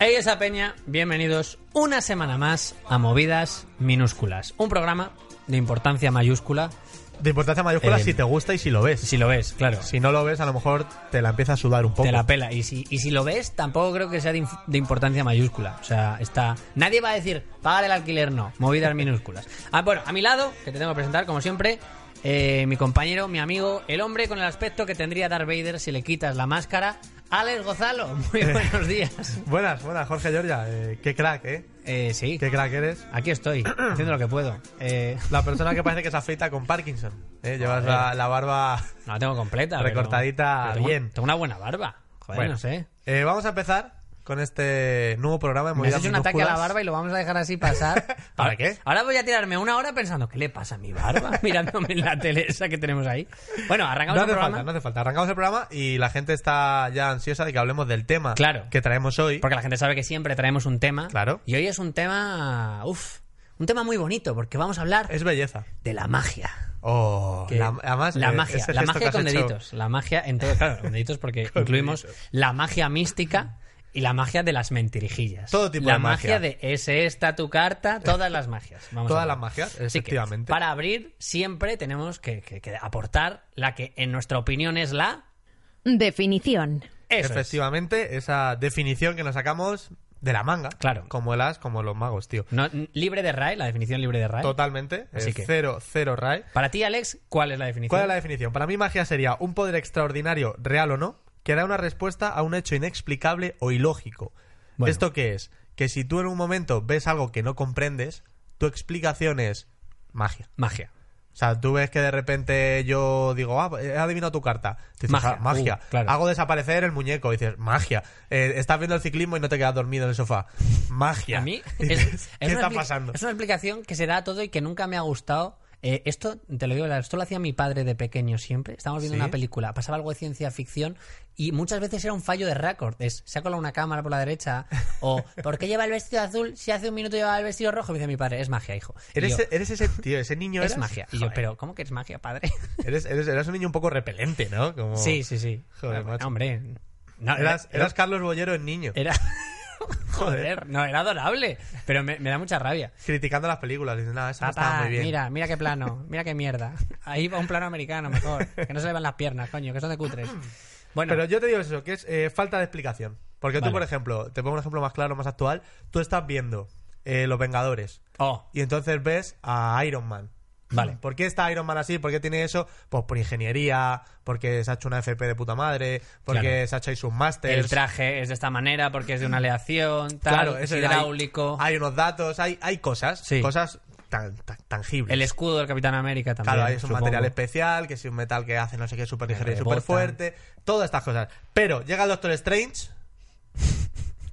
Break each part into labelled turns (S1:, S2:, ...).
S1: Reyes a Peña, bienvenidos una semana más a Movidas Minúsculas, un programa de importancia mayúscula,
S2: De importancia mayúscula
S1: Eh,
S2: si te gusta y si lo ves.
S1: si lo ves, claro,
S2: Si no lo ves, a lo mejor te la empieza a sudar un poco.
S1: te la pela, y si, y si lo ves, tampoco creo que sea de, inf- de importancia mayúscula, o sea, está... Nadie va a decir, pagar el alquiler, no, Movidas Minúsculas. Ah, bueno, a mi lado, que te tengo que presentar, como siempre... eh, mi compañero, mi amigo, el hombre con el aspecto que tendría Darth Vader si le quitas la máscara, Alex Gozalo.
S2: Eh.
S1: Muy buenos días.
S2: Buenas, buenas, Jorge Giorgia. Eh, qué crack, ¿eh?
S1: Eh, sí,
S2: Qué crack eres.
S1: aquí estoy, haciendo lo que puedo. Eh,
S2: La persona que parece que se afeita con Parkinson. ¿eh? Llevas la, la barba...
S1: No la tengo completa. pero-
S2: Recortadita,
S1: pero tengo-
S2: bien.
S1: Tengo una buena barba. Joder,
S2: Bueno.
S1: no sé.
S2: Eh, vamos a empezar con este nuevo programa de
S1: Me has
S2: movidas
S1: hecho un ataque a la
S2: minúsculas.
S1: barba y lo vamos a dejar así pasar.
S2: ¿Para
S1: Ahora-
S2: qué?
S1: Ahora voy a tirarme una hora pensando, ¿qué le pasa a mi barba? Mirándome en la tele esa que tenemos ahí. Bueno, arrancamos
S2: No
S1: el
S2: hace
S1: programa.
S2: falta, no hace falta. Arrancamos el programa y la gente está ya ansiosa de que hablemos del tema
S1: Claro.
S2: que traemos hoy.
S1: Porque la gente sabe que siempre traemos un tema.
S2: Claro.
S1: Y hoy es un tema. Uf. Un tema muy bonito, porque vamos a hablar
S2: Es belleza.
S1: de la magia.
S2: Oh,
S1: que-
S2: la, además,
S1: la
S2: eh,
S1: magia,
S2: ese
S1: la
S2: gesto que
S1: magia
S2: has
S1: con
S2: hecho-
S1: deditos, la magia en todo, claro, con deditos porque incluimos la magia mística y la magia de las mentirijillas.
S2: Todo tipo
S1: la
S2: de magia.
S1: de ese está tu carta, todas las magias. Vamos
S2: Todas
S1: a ver.
S2: las magias,
S1: Así que,
S2: efectivamente.
S1: para abrir siempre tenemos que, que- que aportar la que en nuestra opinión es la
S3: Definición.
S1: eso es.
S2: Efectivamente, esa definición que nos sacamos de la manga.
S1: Claro.
S2: Como el as, como los magos, tío.
S1: No, n- libre de RAE, la definición libre de RAE.
S2: Totalmente.
S1: Así
S2: eh,
S1: que-
S2: Cero, cero RAE.
S1: Para ti, Alex, ¿cuál es la definición?
S2: ¿Cuál es la definición? Para mí magia sería un poder extraordinario, real o no, que da una respuesta a un hecho inexplicable o ilógico.
S1: Bueno.
S2: ¿Esto qué es? Que si tú en un momento ves algo que no comprendes, tu explicación es magia.
S1: Magia.
S2: O sea, tú ves que de repente yo digo, ah, he adivinado tu carta. Dices,
S1: Magia,
S2: "Ah, magia.
S1: uh, claro.
S2: Hago desaparecer el muñeco. Dices, magia. Eh, estás viendo el ciclismo y no te quedas dormido en el sofá. Magia.
S1: A mí es,
S2: Dices,
S1: es
S2: ¿Qué
S1: una
S2: está
S1: expli-
S2: pasando?
S1: Es una explicación que se da a todo y que nunca me ha gustado. Eh, esto, te lo digo, esto lo hacía mi padre de pequeño siempre. Estábamos viendo
S2: ¿Sí?
S1: una película, pasaba algo de ciencia ficción y muchas veces era un fallo de récord. Es, se ha colado una cámara por la derecha o ¿por qué lleva el vestido azul si hace un minuto llevaba el vestido rojo? Me dice mi padre, es magia, hijo. Y
S2: ¿Eres, e-,
S1: yo,
S2: eres ese tío, ese niño
S1: es
S2: eras?
S1: magia. Y yo,
S2: Joder,
S1: pero ¿cómo que es magia, padre?
S2: Eres, eres, eras un niño un poco repelente, ¿no? Como-
S1: Sí, sí, sí.
S2: Oh. Joder,
S1: Ah,
S2: macho.
S1: Hombre. No,
S2: Eras,
S1: era-
S2: eras Carlos Bollero en niño,
S1: era- Joder, no, era adorable. Pero me- me da mucha rabia.
S2: criticando las películas. Diciendo, nada, esa no
S1: Papá,
S2: estaba muy bien.
S1: mira, mira qué plano, mira qué mierda. Ahí va un plano americano mejor, que no se le van las piernas, coño, que son de cutres. Bueno,
S2: Pero yo te digo eso, que es eh, falta de explicación. Porque
S1: Vale.
S2: tú, por ejemplo, te pongo un ejemplo más claro, más actual. Tú estás viendo eh, Los Vengadores.
S1: oh,
S2: y entonces ves a Iron Man.
S1: Vale.
S2: ¿Por qué está Iron Man así? ¿Por qué tiene eso? Pues por ingeniería, porque se ha hecho una FP de puta madre, porque
S1: Claro.
S2: se ha hecho ahí sus másters.
S1: el traje es de esta manera porque es de una aleación, tal,
S2: Claro,
S1: es
S2: eso es,
S1: hidráulico.
S2: Hay, hay unos datos, hay, hay cosas,
S1: Sí.
S2: cosas tan, tan- tangibles.
S1: El escudo del Capitán América también.
S2: claro, hay es un
S1: supongo.
S2: material especial, que es un metal que hace no sé qué súper ligero y
S1: rebotan.
S2: súper fuerte, todas estas cosas. Pero llega el Doctor Strange,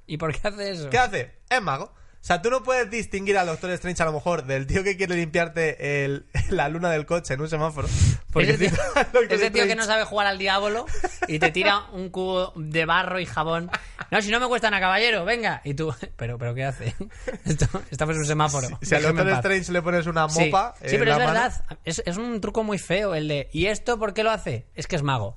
S1: ¿Y por qué hace eso?
S2: ¿qué hace? Es mago. O sea, tú no puedes distinguir al Doctor Strange a lo mejor del tío que quiere limpiarte el- la luna del coche en un semáforo.
S1: Ese tío,
S2: tira al Doctor
S1: ese tío que
S2: Strange.
S1: no sabe jugar al diablo y te tira un cubo de barro y jabón. No, si no me cuestan a caballero, venga. Y tú, pero, pero ¿qué hace? Esto, estamos en un semáforo.
S2: Si al
S1: Déjame
S2: Doctor
S1: en paz.
S2: Strange le pones una
S1: Sí,
S2: mopa.
S1: Sí,
S2: en
S1: pero es
S2: la mano-
S1: verdad. Es, es un truco muy feo el de. ¿Y esto por qué lo hace? Es que es mago.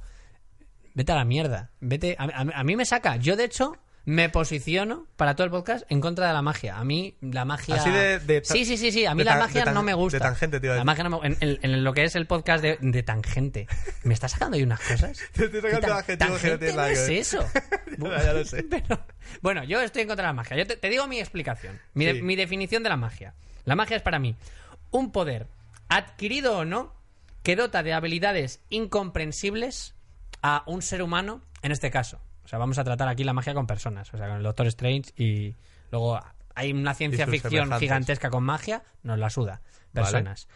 S1: Vete a la mierda. Vete. A, a- a mí me saca. Yo, de hecho, me posiciono para todo el podcast en contra de la magia. A mí la magia.
S2: Así de- de ta-
S1: sí, sí, sí, sí. A mí
S2: de
S1: la
S2: tan-
S1: magia
S2: de tan-
S1: no me gusta.
S2: de tangente te iba a
S1: La
S2: decir.
S1: magia no me- en, en- en lo que es el podcast de, de tangente. ¿Me está sacando ahí unas cosas?
S2: Te estoy sacando adjetivos que
S1: tangente
S2: no tienen
S1: no
S2: nada que
S1: es
S2: ver.
S1: eso.
S2: Ya, ya lo sé.
S1: Pero- bueno, yo estoy en contra de la magia. Yo te, te digo mi explicación, mi, de-
S2: Sí.
S1: mi definición de la magia. La magia es para mí un poder, adquirido o no, que dota de habilidades incomprensibles a un ser humano, en este caso. O sea, vamos a tratar aquí la magia con personas, o sea, con el Doctor Strange y luego hay una ciencia
S2: sus
S1: ficción
S2: semejantes.
S1: gigantesca con magia, nos la suda.
S2: Vale.
S1: Personas.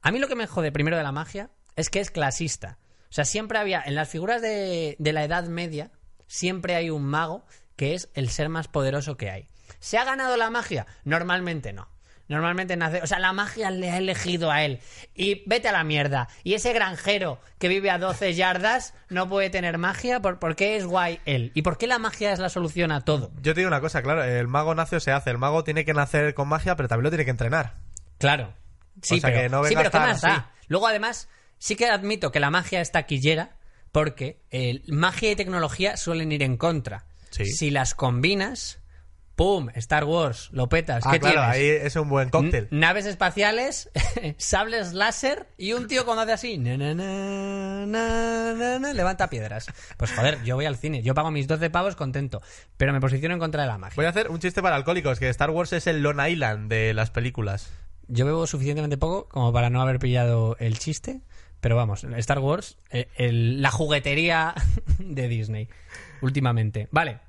S1: A mí lo que me jode primero de la magia es que es clasista. O sea, siempre había, en las figuras de, de la Edad Media, siempre hay un mago que es el ser más poderoso que hay. ¿Se ha ganado la magia? Normalmente no. Normalmente nace, o sea, la magia le ha elegido a él. Y vete a la mierda. Y ese granjero que vive a 12 yardas no puede tener magia por, por qué es guay él. ¿Y por qué la magia es la solución a todo?
S2: Yo te digo una cosa, claro, el mago nace o se hace. El mago tiene que nacer con magia, pero también lo tiene que entrenar.
S1: Claro. Sí,
S2: sea,
S1: pero,
S2: que no
S1: sí,
S2: vengas
S1: pero ¿qué
S2: tan
S1: más
S2: así.
S1: da? Luego, además, sí que admito que la magia es taquillera porque eh, magia y tecnología suelen ir en contra.
S2: Sí.
S1: Si las combinas, ¡Pum! Star Wars, lo petas.
S2: Ah,
S1: ¿Qué
S2: claro,
S1: tienes? Mm,
S2: ahí es un buen cóctel.
S1: N- Naves espaciales, sables láser y un tío cuando hace así, na, na, na, na, na, na, levanta piedras. Pues joder, yo voy al cine, yo pago mis 12 pavos contento, pero me posiciono en contra de la magia.
S2: Voy a hacer un chiste para alcohólicos, que Star Wars es el Lone Island de las películas.
S1: Yo bebo suficientemente poco como para no haber pillado el chiste, pero vamos, Star Wars, eh, el- la juguetería de Disney últimamente. Vale,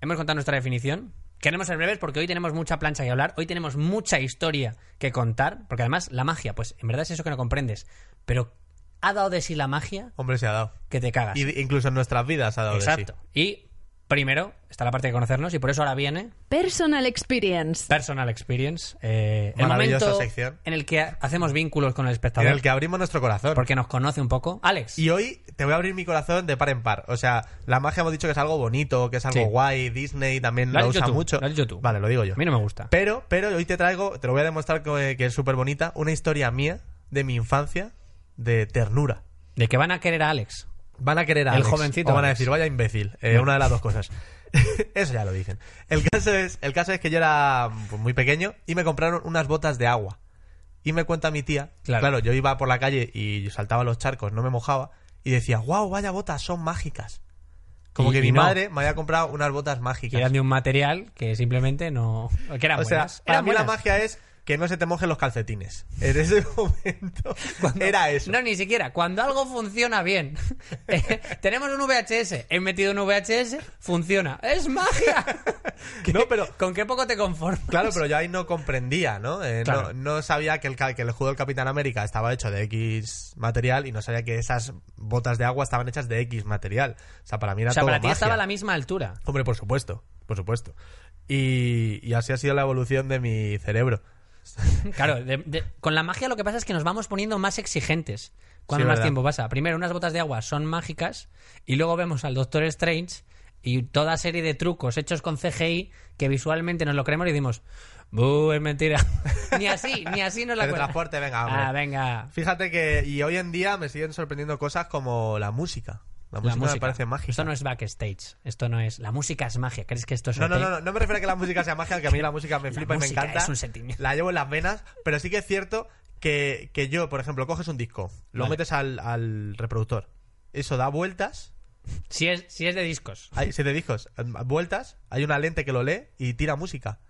S1: hemos contado nuestra definición. Queremos ser breves porque hoy tenemos mucha plancha que hablar, hoy tenemos mucha historia que contar, porque además la magia, pues en verdad es eso que no comprendes, pero ha dado de sí la magia
S2: Hombre, se ha dado.
S1: que te cagas.
S2: Y, incluso en nuestras vidas ha dado de sí.
S1: Ah, Exacto. Y primero está la parte de conocernos y por eso ahora viene
S3: Personal Experience.
S1: Personal Experience, eh, el
S2: Maravillosa
S1: momento
S2: sección.
S1: en el que hacemos vínculos con el
S2: En
S1: espectador.
S2: el que abrimos nuestro corazón.
S1: Porque nos conoce un poco. Alex.
S2: Y hoy te voy a abrir mi corazón de par en par. O sea, la magia hemos dicho que es algo bonito, que es algo
S1: Sí.
S2: guay. Disney también
S1: Lo
S2: la
S1: has dicho
S2: usa
S1: tú,
S2: mucho.
S1: lo has dicho tú.
S2: Vale, lo digo yo.
S1: a mí no me gusta.
S2: Pero, pero hoy te traigo, te lo voy a demostrar que, que es súper bonita, una historia mía de mi infancia de ternura.
S1: De que van a querer a Alex.
S2: Van a querer a
S1: El
S2: Alex,
S1: jovencito
S2: O van a
S1: Alex.
S2: decir, vaya imbécil. Eh, Una de las dos cosas. Eso ya lo dicen. El caso es, el caso es que yo era pues, muy pequeño y me compraron unas botas de agua. Y me cuenta mi tía,
S1: Claro.
S2: claro. yo iba por la calle y saltaba los charcos, no me mojaba, y decía, wow, vaya botas, son mágicas. Como
S1: Y-
S2: que
S1: y
S2: mi
S1: no.
S2: madre me había comprado unas botas
S1: Que
S2: mágicas.
S1: eran de un material que simplemente no. Que eran
S2: O sea,
S1: buenas.
S2: para
S1: Eran
S2: mí la
S1: buenas.
S2: magia es que no se te mojen los calcetines. En ese momento era eso.
S1: No, ni siquiera. Cuando algo funciona bien. Eh, Tenemos un VHS. He metido un VHS. Funciona. ¡Es magia! ¿Qué-
S2: No, pero-
S1: ¿Con qué poco te conformas?
S2: Claro, pero yo ahí no comprendía, ¿no?
S1: Pues
S2: Eh,
S1: Claro.
S2: ¿no? no sabía que el, ca- que el escudo del Capitán América estaba hecho de X material y no sabía que esas botas de agua estaban hechas de X material. O sea, para mí era
S1: O sea,
S2: todo
S1: para ti
S2: magia.
S1: estaba a la misma altura.
S2: Hombre, por supuesto, por supuesto. Y, y así ha sido la evolución de mi cerebro.
S1: Claro, de- de- con la magia lo que pasa es que nos vamos poniendo más exigentes cuando
S2: Sí,
S1: más
S2: verdad.
S1: tiempo pasa. Primero, unas botas de agua son mágicas y luego vemos al Doctor Strange y toda serie de trucos hechos con CGI que visualmente nos lo creemos y decimos, ¡buh, es mentira! ni así, ni así nos la cuela.
S2: Teletransporte, venga, hombre.
S1: Ah, venga.
S2: Fíjate que y hoy en día me siguen sorprendiendo cosas como la música. La música,
S1: La música.
S2: me parece mágica.
S1: Esto no es backstage. Esto no es. La música es magia. ¿Crees que esto es
S2: No, no,
S1: hotel?
S2: no, no, no me refiero a que la música sea magia, que a mí la música me
S1: La
S2: flipa y me
S1: música
S2: encanta.
S1: es un sentimiento.
S2: La llevo en las venas, pero sí que es cierto que, que yo, por ejemplo, coges un disco, lo
S1: Vale.
S2: metes al, al reproductor, eso da vueltas,
S1: Si, es, si es de discos.
S2: hay siete discos, eh, vueltas, hay una lente que lo lee y tira música.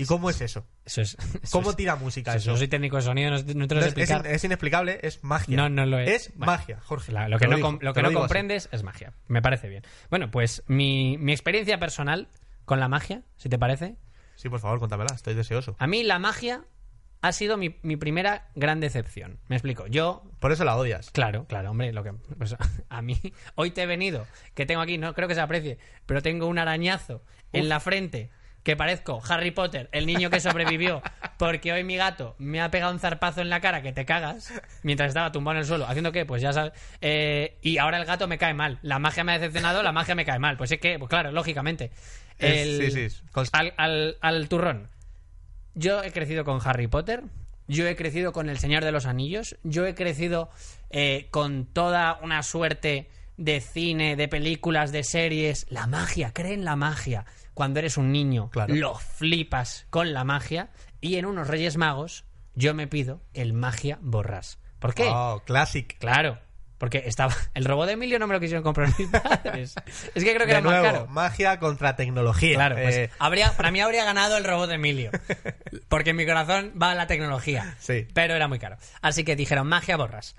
S2: ¿Y cómo es eso?
S1: Eso es. eso
S2: ¿Cómo
S1: es-
S2: tira música
S1: eso es-
S2: eso?
S1: Yo soy técnico de sonido, no, no te lo sé
S2: Entonces, es,
S1: explicar.
S2: in- es inexplicable, es magia.
S1: No, no lo es.
S2: Es
S1: Bueno,
S2: magia, Jorge.
S1: La- lo que
S2: Te
S1: no,
S2: digo,
S1: com- lo
S2: te
S1: que no
S2: digo así.
S1: comprendes es magia. Me parece bien. Bueno, pues mi, mi experiencia personal con la magia, si te parece.
S2: Sí, por favor, cuéntamela, estoy deseoso.
S1: A mí la magia ha sido mi, mi primera gran decepción. Me explico. Yo,
S2: Por eso la odias.
S1: claro, claro, hombre, lo que. pues, a mí, hoy te he venido, que tengo aquí, no creo que se aprecie, pero tengo un arañazo en la frente que parezco Harry Potter, el niño que sobrevivió, porque hoy mi gato me ha pegado un zarpazo en la cara que te cagas mientras estaba tumbado en el suelo. ¿Haciendo qué? Pues ya sabes. Eh, y ahora el gato me cae mal. La magia me ha decepcionado, la magia me cae mal. Pues es que, pues claro, lógicamente.
S2: Es-
S1: El-
S2: sí, sí, cons-
S1: Al, al- al turrón. Yo he crecido con Harry Potter. Yo he crecido con El Señor de los Anillos. Yo he crecido eh, con toda una suerte de cine, de películas, de series. La magia, cree en la magia. Cuando eres un niño,
S2: Claro.
S1: lo flipas con la magia. Y en unos Reyes Magos, yo me pido el magia borrás. ¿Por qué?
S2: Oh, classic.
S1: Claro. Porque estaba. El robot de Emilio no me lo quisieron comprar mis padres. Es que creo que
S2: De
S1: era más
S2: nuevo,
S1: caro.
S2: magia contra tecnología.
S1: Claro, pues,
S2: Eh,
S1: habría, para mí habría ganado el robot de Emilio. Porque en mi corazón va la tecnología.
S2: Sí.
S1: Pero era muy caro. Así que dijeron, magia borras.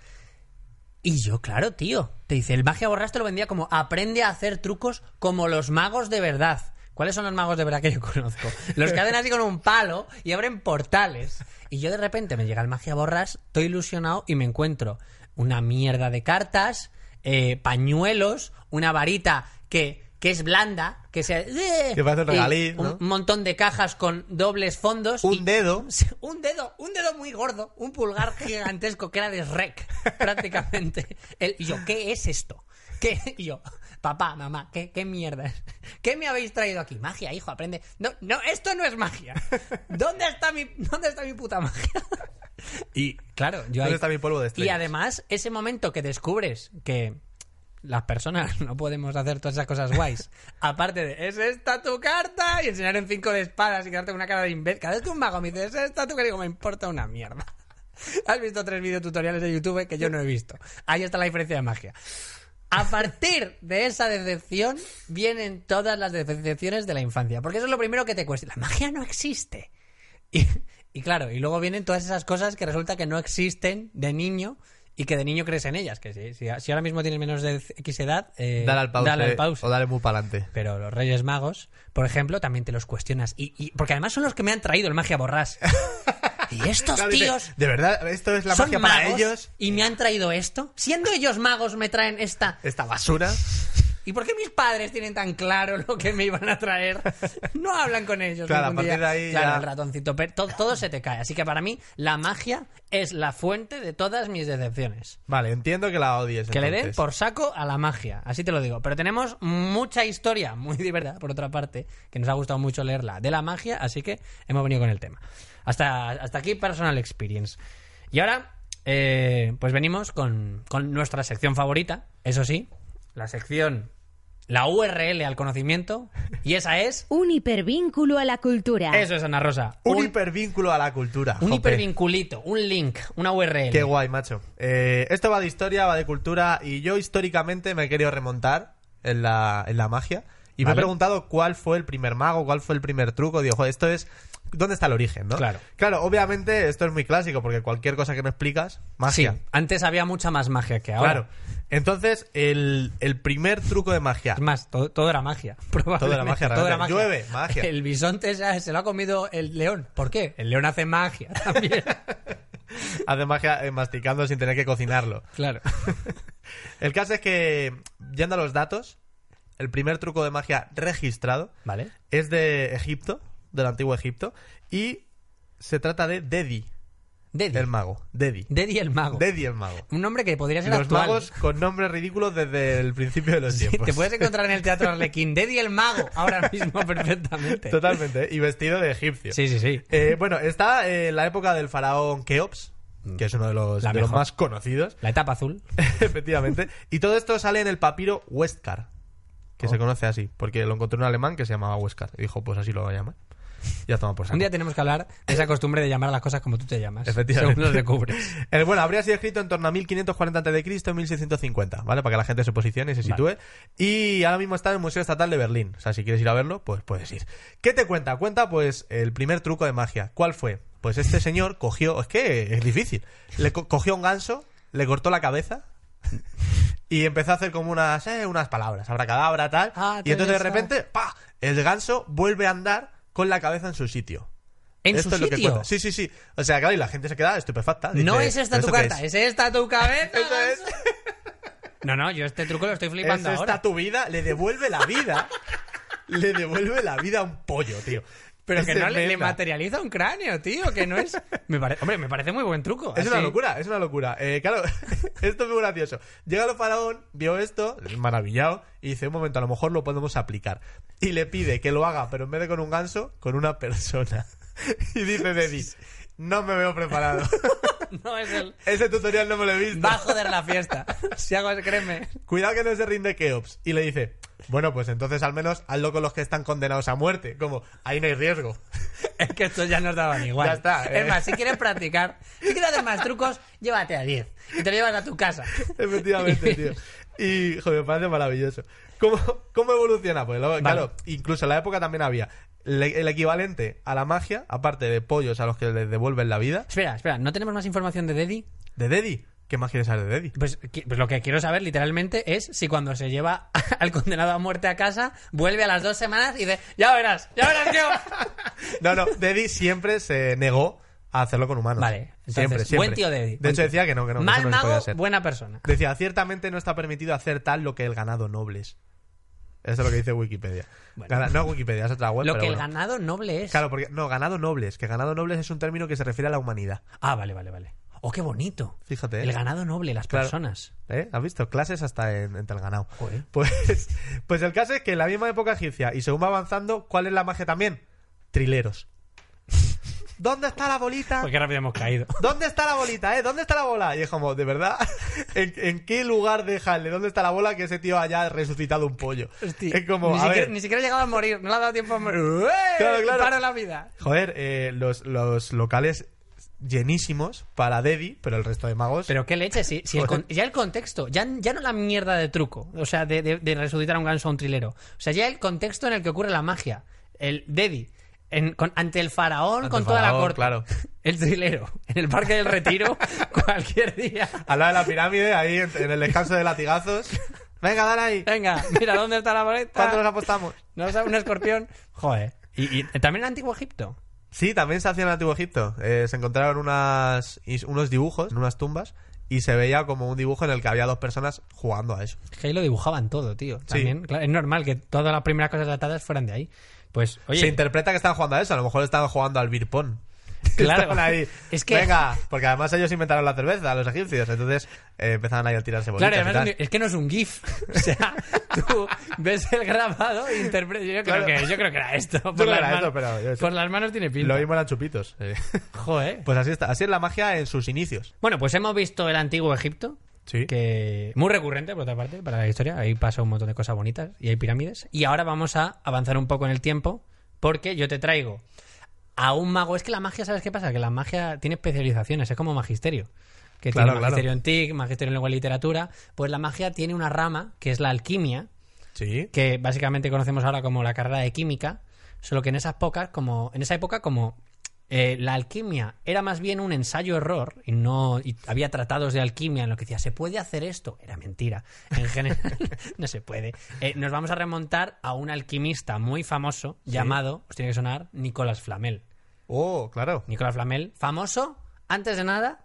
S1: Y yo, claro, tío. Te dice, el magia borras te lo vendía como aprende a hacer trucos como los magos de verdad. ¿Cuáles son los magos de verdad que yo conozco? Los que hacen así con un palo y abren portales. Y yo de repente me llega el magia borras, estoy ilusionado y me encuentro una mierda de cartas, eh, pañuelos, una varita que, que es blanda, que se...
S2: Que parece un
S1: y
S2: regalí,
S1: un
S2: ¿no?
S1: montón de cajas con dobles fondos. y-
S2: un dedo.
S1: un dedo, un dedo muy gordo, un pulgar gigantesco que era de rec, prácticamente. El- y yo, ¿qué es esto? ¿Qué? Y yo, papá, mamá, ¿qué, ¿qué mierda es? ¿Qué me habéis traído aquí? Magia, hijo, aprende. No, no, esto no es magia. ¿Dónde está mi, dónde está mi puta magia? Y claro, yo
S2: ¿Dónde
S1: ahí-
S2: está mi polvo
S1: y
S2: de estrellas?
S1: además, ese momento que descubres que las personas no podemos hacer todas esas cosas guays. Aparte de, ¿es esta tu carta? Y enseñar en cinco de espadas y quedarte con una cara de imbécil. Cada vez que un mago me dice, ¿es esta tu carta? Digo, me importa una mierda. Has visto tres videotutoriales de YouTube que yo no he visto. Ahí está la diferencia de magia. A partir de esa decepción vienen todas las decepciones de la infancia. Porque eso es lo primero que te cuesta. La magia no existe. Y, y claro, y luego vienen todas esas cosas que resulta que no existen de niño y que de niño crees en ellas. Que si, si, si ahora mismo tienes menos de X edad, eh,
S2: Dale al pause.
S1: dale al pause.
S2: O dale muy para adelante.
S1: Pero los Reyes Magos, por ejemplo, también te los cuestionas. Y, y- porque además son los que me han traído el magia borrás. y estos tíos
S2: De verdad, esto es la
S1: son
S2: magia para
S1: magos
S2: ellos.
S1: y me han traído esto. Siendo ellos magos me traen esta.
S2: Esta basura.
S1: ¿Y por qué mis padres tienen tan claro lo que me iban a traer? No hablan con ellos.
S2: Claro,
S1: ningún
S2: a partir
S1: día.
S2: de ahí
S1: Claro,
S2: ya-
S1: el ratoncito. Pero todo, todo se te cae. Así que para mí la magia es la fuente de todas mis decepciones.
S2: Vale, entiendo que la odies.
S1: Que le den
S2: entonces.
S1: por saco a la magia, así te lo digo. Pero tenemos mucha historia, muy divertida, por otra parte, que nos ha gustado mucho leerla, de la magia, así que hemos venido con el tema. Hasta, hasta aquí Personal Experience. Y ahora, eh, pues venimos con, con nuestra sección favorita, eso sí, la sección, la URL al conocimiento, y esa es...
S4: Un hipervínculo a la cultura.
S1: Eso es, Ana Rosa.
S2: Un, hipervínculo a la cultura.
S1: un
S2: jope.
S1: hipervinculito, un link, una URL.
S2: Qué guay, macho. Eh, esto va de historia, va de cultura y yo históricamente me he querido remontar en la, en la magia y me he
S1: Vale.
S2: preguntado cuál fue el primer mago, cuál fue el primer truco. Digo, joder, esto es... ¿Dónde está el origen, no?
S1: Claro.
S2: Claro, obviamente esto es muy clásico porque cualquier cosa que no explicas,
S1: Sí,
S2: magia.
S1: antes había mucha más magia que ahora.
S2: Claro. Entonces, el, el primer truco de magia.
S1: Es más, todo, todo era magia. probablemente.
S2: Todo era magia,
S1: Todo era
S2: realmente.
S1: magia.
S2: Llueve, magia.
S1: El bisonte se, se lo ha comido el león. ¿Por qué? El león hace magia también.
S2: Hace magia eh, masticando sin tener que cocinarlo.
S1: claro.
S2: El caso es que, yendo a los datos, el primer truco de magia registrado
S1: Vale.
S2: es de Egipto, del antiguo Egipto, y se trata de Dedi,
S1: Dedi.
S2: el mago. Dedi.
S1: Dedi el mago.
S2: Dedi el mago.
S1: Un nombre que podría ser
S2: Los
S1: actual.
S2: magos pues, con nombres ridículos desde el principio de los
S1: Sí,
S2: tiempos.
S1: Te puedes encontrar en el teatro Arlequín. Dedi el mago. Ahora mismo perfectamente.
S2: Totalmente, ¿eh? y vestido de egipcio.
S1: Sí, sí, sí.
S2: Eh, bueno, está eh, la época del faraón Keops, que es uno de los,
S1: Mm. La
S2: de los
S1: mejor.
S2: más conocidos,
S1: La etapa azul.
S2: efectivamente. Y todo esto sale en el papiro Westcar, que
S1: Oh.
S2: se conoce así, porque lo encontró un alemán que se llamaba Westcar. Y dijo, pues así lo voy a llamar. Ya toma por saco.
S1: Un día tenemos que hablar de esa costumbre de llamar a las cosas como tú te llamas.
S2: Efectivamente.
S1: Según los descubres.
S2: Eh, bueno, habría sido escrito en torno a 1540 a.C., 1650, ¿vale? Para que la gente se posicione y se sitúe. Y ahora mismo está en el Museo Estatal de Berlín. O sea, si quieres ir a verlo, pues puedes ir. ¿Qué te cuenta? Cuenta, pues, el primer truco de magia. ¿Cuál fue? Pues este señor cogió... Es que es difícil. Le co- cogió un ganso, le cortó la cabeza... Y empezó a hacer como unas, eh, unas palabras, abracadabra, tal.
S1: Ah,
S2: y entonces de
S1: Teresa.
S2: repente, ¡pa! El ganso vuelve a andar con la cabeza en su sitio.
S1: En
S2: Esto
S1: su
S2: es lo que
S1: sitio.
S2: cuenta. Sí, sí, sí. O sea, claro, y la gente se queda estupefacta. Dice,
S1: No es esta
S2: ¿pero
S1: tu
S2: esto qué
S1: carta,
S2: es?
S1: es? esta tu cabeza.
S2: Eso es.
S1: No, no, yo este truco lo estoy
S2: ¿Es
S1: flipando
S2: esta
S1: ahora.
S2: tu vida? Le devuelve la vida. le devuelve la vida a un pollo, tío.
S1: Pero que
S2: Es
S1: no le, le
S2: tremenda.
S1: materializa un cráneo, tío, que no es... Me pare- Hombre, me parece muy buen truco. ¿eh?
S2: Es una
S1: así.
S2: locura, es una locura. Eh, claro, esto es muy gracioso. Llega el faraón, vio esto, maravillado, y dice, un momento, a lo mejor lo podemos aplicar. Y le pide que lo haga, pero en vez de con un ganso, con una persona. Y dice Dedi, no me veo preparado.
S1: No es el...
S2: Ese tutorial no me lo he visto.
S1: Va a joder la fiesta. Si hago eso, créeme.
S2: Cuidado que no se rinde Keops. Y le dice, bueno, pues entonces al menos hazlo con los que están condenados a muerte. Como, ahí no hay riesgo.
S1: Es que estos ya nos daban igual.
S2: Ya está, eh.
S1: Es más, si quieres practicar, si quieres hacer más trucos, llévate a 10. Y te lo llevas a tu casa.
S2: Efectivamente, tío. Y, joder, me parece maravilloso. ¿Cómo, cómo evoluciona? Pues luego, claro, incluso en la época también había le- el equivalente a la magia, aparte de pollos a los que les devuelven la vida,
S1: Espera, espera, ¿no tenemos más información de Dedi?
S2: de Dedi. ¿Qué más quieres saber de Dedi?
S1: Pues, qui- pues lo que quiero saber literalmente es si cuando se lleva al condenado a muerte a casa, vuelve a las dos semanas y dice, ya verás, ya verás, tío.
S2: No, no, Dedi siempre se negó a hacerlo con humanos.
S1: Vale, entonces,
S2: siempre, siempre.
S1: buen tío Dedi.
S2: De hecho decía que no, que no. que
S1: Mal
S2: eso no se podía
S1: mago,
S2: hacer.
S1: buena persona.
S2: Decía, ciertamente no está permitido hacer tal lo que el ganado nobles. Eso es lo que dice Wikipedia.
S1: Bueno.
S2: Gana- no Wikipedia, es otra web.
S1: Lo
S2: pero
S1: que el
S2: bueno.
S1: ganado noble es.
S2: Claro, porque no, ganado nobles, que ganado nobles es un término que se refiere a la humanidad.
S1: Ah, vale, vale, vale. Oh, qué bonito.
S2: Fíjate, ¿eh?
S1: El ganado noble, las
S2: Claro.
S1: personas.
S2: ¿Eh? ¿Has visto? Clases hasta en, entre el ganado.
S1: Joder.
S2: Pues, pues el caso es que en la misma época egipcia y según va avanzando, ¿cuál es la magia también? Trileros. ¿Dónde está la bolita?
S1: Pues
S5: Porque rápido hemos caído.
S2: ¿Dónde está la bolita, eh? ¿Dónde está la bola? Y es como, de verdad, ¿en, en qué lugar dejarle? ¿Dónde está la bola que ese tío haya resucitado un pollo?
S1: Hostia,
S2: es como,
S1: ni,
S2: a
S1: siquiera,
S2: ver,
S1: ni siquiera he llegado a morir, no le ha dado tiempo a morir. ¡Ué!
S2: Claro, claro.
S1: Para la vida.
S2: joder, eh, los, los locales llenísimos para Dedi, pero el resto de magos...
S1: Pero qué leche, si, si el con- ya el contexto, ya, ya no la mierda de truco, o sea, de, de- de resucitar a un ganso o a un trilero. O sea, ya el contexto en el que ocurre la magia. El Dedi, en- con- ante el faraón
S2: Ante
S1: con
S2: el
S1: toda la
S2: faraón,
S1: corte.
S2: claro.
S1: El trilero, en el parque del retiro, cualquier día.
S2: Al lado de la pirámide, ahí en, en el descanso de latigazos. Venga, dale ahí.
S1: Venga, mira dónde está la
S2: ¿Cuánto nos
S1: boleta.
S2: apostamos?
S1: No sabe un escorpión. Joder. Y, y también en Antiguo Egipto.
S2: Sí, también se hacía en el Antiguo Egipto. Eh, se encontraron unas, is- unos dibujos en unas tumbas y se veía como un dibujo en el que había dos personas jugando a eso.
S1: Es que ahí lo dibujaban todo, tío. También, claro, es normal que todas las primeras cosas tratadas fueran de ahí. Pues, oye,
S2: Se interpreta que están jugando a eso. A lo mejor estaban jugando al birpón.
S1: Claro.
S2: Estaban ahí.
S1: Es que-
S2: Venga, porque además ellos inventaron la cerveza, los egipcios. Entonces eh, empezaban ahí a tirarse bolitas
S1: Claro,
S2: y
S1: además
S2: tal.
S1: es un- es que no es un GIF. O sea, tú ves el grabado e interpretas. Yo, creo
S2: Claro.
S1: que- yo creo que era esto. Por,
S2: creo que
S1: las,
S2: era
S1: manos,
S2: esto, pero yo sé.
S1: por las manos tiene pinta.
S2: Lo mismo eran chupitos. Eh,
S1: Joder.
S2: Pues así está. Así es la magia en sus inicios.
S1: Bueno, pues hemos visto el antiguo Egipto.
S2: Sí.
S1: Que muy recurrente, por otra parte, para la historia. Ahí pasa un montón de cosas bonitas y hay pirámides. Y ahora vamos a avanzar un poco en el tiempo, porque yo te traigo a un mago. Es que la magia, ¿sabes qué pasa? Que la magia tiene especializaciones, es como magisterio. Que
S2: Claro,
S1: tiene
S2: claro.
S1: magisterio en TIC, magisterio en lengua y literatura. Pues la magia tiene una rama, que es la alquimia,
S2: Sí.
S1: que básicamente conocemos ahora como la carrera de química, solo que en esas pocas, como en esa época, como eh, la alquimia era más bien un ensayo error y no y había tratados de alquimia en lo que decía se puede hacer esto era mentira en general no se puede Eh, nos vamos a remontar a un alquimista muy famoso llamado os tiene que sonar Nicolás Flamel
S2: Oh, claro.
S1: Nicolás Flamel famoso antes de nada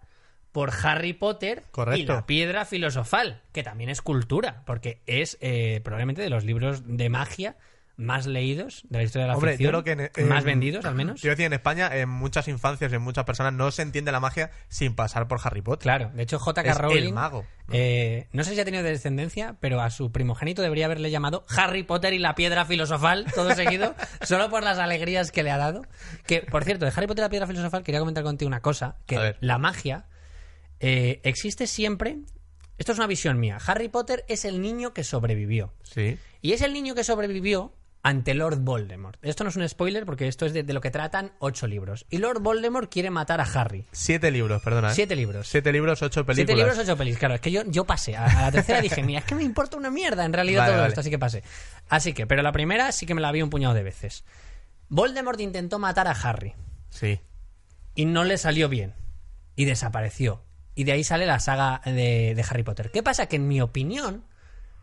S1: por Harry Potter
S2: Correcto.
S1: y la piedra filosofal, que también es cultura, porque es eh, probablemente de los libros de magia más leídos de la historia de la
S2: Hombre,
S1: ficción,
S2: yo creo que eh, en- en-
S1: más vendidos al menos.
S2: Quiero decir, en España, en muchas infancias, en muchas personas, no se entiende la magia sin pasar por Harry Potter.
S1: Claro, de hecho J.K.
S2: Es el
S1: Rowling,
S2: mago, ¿no?
S1: eh, no sé si ha tenido descendencia, pero a su primogénito debería haberle llamado Harry Potter y la piedra filosofal, todo seguido, solo por las alegrías que le ha dado. Que, por cierto, de Harry Potter y la piedra filosofal quería comentar contigo una cosa,
S2: A
S1: que
S2: ver.
S1: la magia eh, existe siempre... Esto es una visión mía. Harry Potter es el niño que sobrevivió.
S2: Sí.
S1: Y es el niño que sobrevivió ante Lord Voldemort. Esto no es un spoiler porque esto es de, de lo que tratan ocho libros. Y Lord Voldemort quiere matar a Harry.
S2: Siete libros, perdona. ¿eh?
S1: Siete libros.
S2: Siete libros, ocho películas.
S1: Siete libros, ocho pelis. Claro, es que yo, yo pasé. A, a la tercera dije, mira, es que me importa una mierda en realidad
S2: Vale,
S1: todo
S2: vale.
S1: esto, así que pasé. Así que, pero la primera sí que me la vi un puñado de veces. Voldemort intentó matar a Harry
S2: Sí.
S1: y no le salió bien. Y desapareció. Y de ahí sale la saga de, de Harry Potter. ¿Qué pasa? Que en mi opinión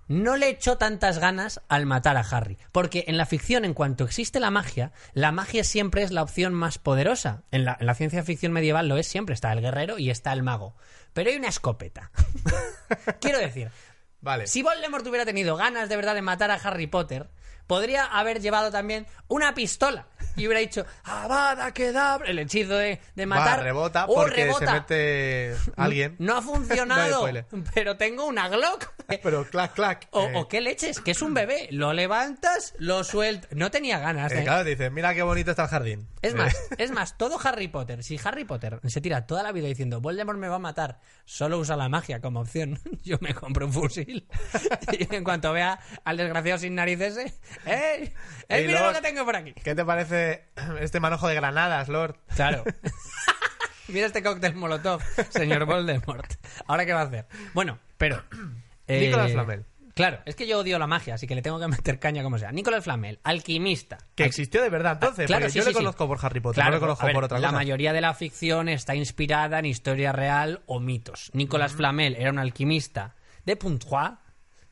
S1: no le echó tantas ganas al matar a Harry. Porque en la ficción, en cuanto existe la magia, la magia siempre es la opción más poderosa. En la, en la ciencia ficción medieval lo es siempre. Está el guerrero y está el mago. Pero hay una escopeta. Quiero decir,
S2: Vale.
S1: si Voldemort hubiera tenido ganas de verdad de matar a Harry Potter, podría haber llevado también una pistola y hubiera dicho Avada Kedavra, el hechizo de, de matar.
S2: Va, rebota
S1: ¡Oh,
S2: porque
S1: rebota!
S2: se mete alguien.
S1: No ha
S2: No hay
S1: funcionado,
S2: spoiler.
S1: pero tengo una Glock.
S2: Pero clac, clac.
S1: O,
S2: Eh,
S1: o qué leches, que es un bebé. Lo levantas, lo sueltas. No tenía ganas.
S2: eh,
S1: ¿eh?
S2: claro, te dicen, mira qué bonito está el jardín.
S1: Es
S2: Eh,
S1: más, es más, todo Harry Potter, si Harry Potter se tira toda la vida diciendo Voldemort me va a matar, solo usa la magia como opción, yo me compro un fusil. y en cuanto vea al desgraciado sin narices, ¡eh! ¡Eh!
S2: Ey,
S1: mira
S2: Lord.
S1: lo que tengo por aquí!
S2: ¿Qué te parece este manojo de granadas, Lord?
S1: Claro. mira este cóctel molotov, señor Voldemort. ¿Ahora qué va a hacer? Bueno, pero... eh,
S2: Nicolás Flamel.
S1: Claro, es que yo odio la magia, así que le tengo que meter caña como sea. Nicolás Flamel, alquimista.
S2: Que
S1: Al-
S2: existió de verdad entonces.
S1: Ah, claro,
S2: porque
S1: sí,
S2: yo
S1: sí,
S2: le
S1: sí.
S2: conozco por Harry Potter, no
S1: Claro,
S2: le conozco
S1: a ver,
S2: por otra
S1: la
S2: cosa.
S1: mayoría de la ficción está inspirada en historia real o mitos. Nicolas Flamel era un alquimista de Pontoise,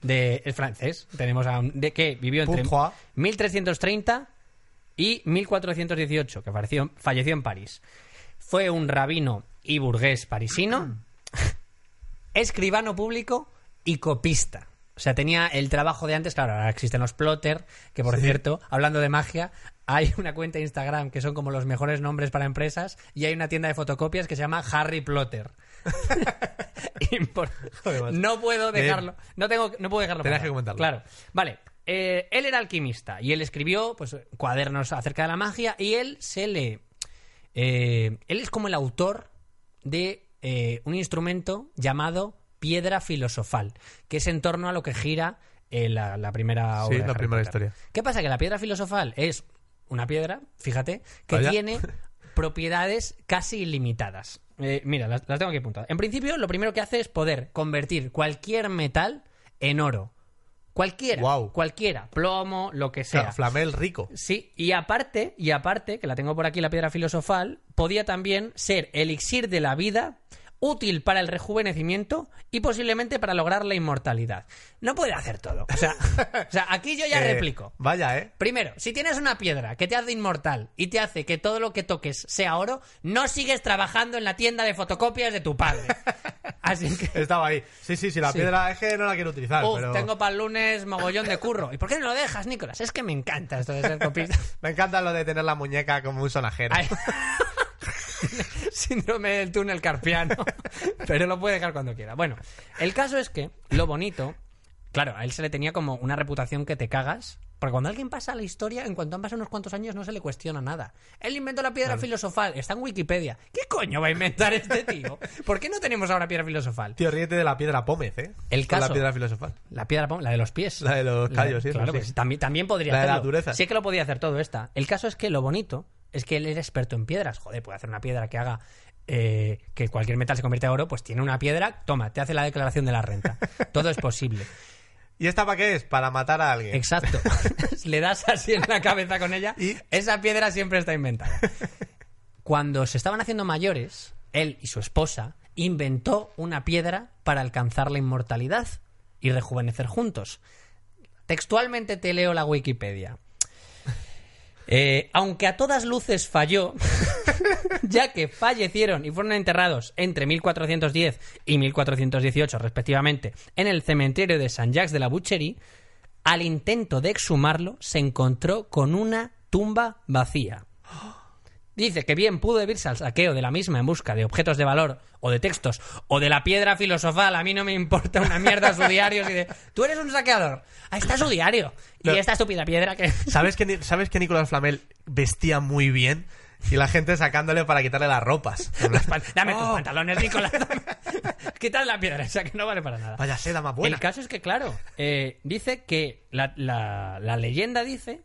S1: de es francés. Tenemos a un- de que vivió entre
S2: Pontoise.
S1: 1330 y 1418, que falleció, falleció en París. Fue un rabino y burgués parisino, escribano público y copista. O sea, tenía el trabajo de antes, claro, ahora existen los plotter, que por cierto, hablando de magia, hay una cuenta de Instagram que son como los mejores nombres para empresas y hay una tienda de fotocopias que se llama Harry Plotter. Impor-
S2: Joder, macho.
S1: no puedo
S2: Bien.
S1: dejarlo, no tengo, no puedo dejarlo.
S2: Tenías
S1: pasar.
S2: que comentarlo.
S1: Claro. Vale. eh, él era alquimista y él escribió pues, cuadernos acerca de la magia y él se le Eh, él es como el autor de eh, un instrumento llamado piedra filosofal, que es en torno a lo que gira eh, la, la primera obra.
S2: Sí,
S1: de
S2: la
S1: Harry
S2: primera
S1: Potter.
S2: historia.
S1: ¿Qué pasa? Que la piedra filosofal es una piedra, fíjate, que
S2: Vaya.
S1: tiene propiedades casi ilimitadas. Eh, mira, las, las tengo aquí apuntadas. En principio, lo primero que hace es poder convertir cualquier metal en oro. Cualquiera,
S2: Guau.
S1: cualquiera, plomo, lo que sea.
S2: Flamel rico.
S1: Sí, y aparte, y aparte, que la tengo por aquí la piedra filosofal, podía también ser elixir de la vida, útil para el rejuvenecimiento y posiblemente para lograr la inmortalidad. No puede hacer todo. O sea, o sea, aquí yo ya
S2: Eh,
S1: replico.
S2: Vaya, ¿eh?
S1: Primero, si tienes una piedra que te hace inmortal y te hace que todo lo que toques sea oro, no sigues trabajando en la tienda de fotocopias de tu padre. Así que
S2: Estaba ahí. Sí, sí, sí, la
S1: Sí.
S2: piedra es que no la quiero utilizar,
S1: Uf,
S2: pero...
S1: tengo para el lunes mogollón de curro. ¿Y por qué no lo dejas, Nicolás? Es que me encanta esto de ser copista.
S2: Me encanta lo de tener la muñeca como un sonajero.
S1: Ay. Síndrome del túnel carpiano. Pero lo puede dejar cuando quiera. Bueno, el caso es que lo bonito. Claro, a él se le tenía como una reputación que te cagas. Porque cuando alguien pasa a la historia, en cuanto han pasado unos cuantos años, no se le cuestiona nada. Él inventó la piedra filosofal, está en Wikipedia. ¿Qué coño va a inventar este tío? ¿Por qué no tenemos ahora piedra filosofal?
S2: Tío, ríete de la piedra Pómez, ¿eh?
S1: El
S2: Con
S1: caso.
S2: La piedra filosofal.
S1: La piedra, pom- la de los pies.
S2: La de los callos, sí,
S1: Claro,
S2: sí.
S1: pues, también, también podría
S2: La de
S1: hacerlo.
S2: la dureza.
S1: Sí que lo podía hacer todo esta. El caso es que lo bonito es que él era experto en piedras. Joder, puede hacer una piedra que haga eh, que cualquier metal se convierta en oro, pues tiene una piedra, toma, te hace la declaración de la renta. Todo es posible.
S2: ¿Y esta para qué es? Para matar a alguien.
S1: Exacto. Le das así en la cabeza con ella
S2: Y-
S1: y esa piedra siempre está inventada. Cuando se estaban haciendo mayores, él y su esposa inventó una piedra para alcanzar la inmortalidad y rejuvenecer juntos. Textualmente te leo la Wikipedia. Eh, aunque a todas luces falló, ya que fallecieron y fueron enterrados entre 1410 y 1418 respectivamente en el cementerio de Saint-Jacques de la Boucherie, al intento de exhumarlo se encontró con una tumba vacía. Dice que bien pudo debirse al saqueo de la misma en busca de objetos de valor o de textos o de la piedra filosofal. A mí no me importa una mierda su diario. si de, Tú eres un saqueador. Ahí está su diario. Y
S2: Pero-
S1: esta estúpida piedra que...
S2: ¿Sabes que, Ni- ¿Sabes que Nicolás Flamel vestía muy bien? Y la gente sacándole para quitarle las ropas.
S1: Pan- Dame tus
S2: Oh.
S1: pantalones, Nicolás. Quitas la piedra, o sea que no vale para nada.
S2: Vaya seda más buena.
S1: El caso es que, claro, eh, dice que la, la- la leyenda dice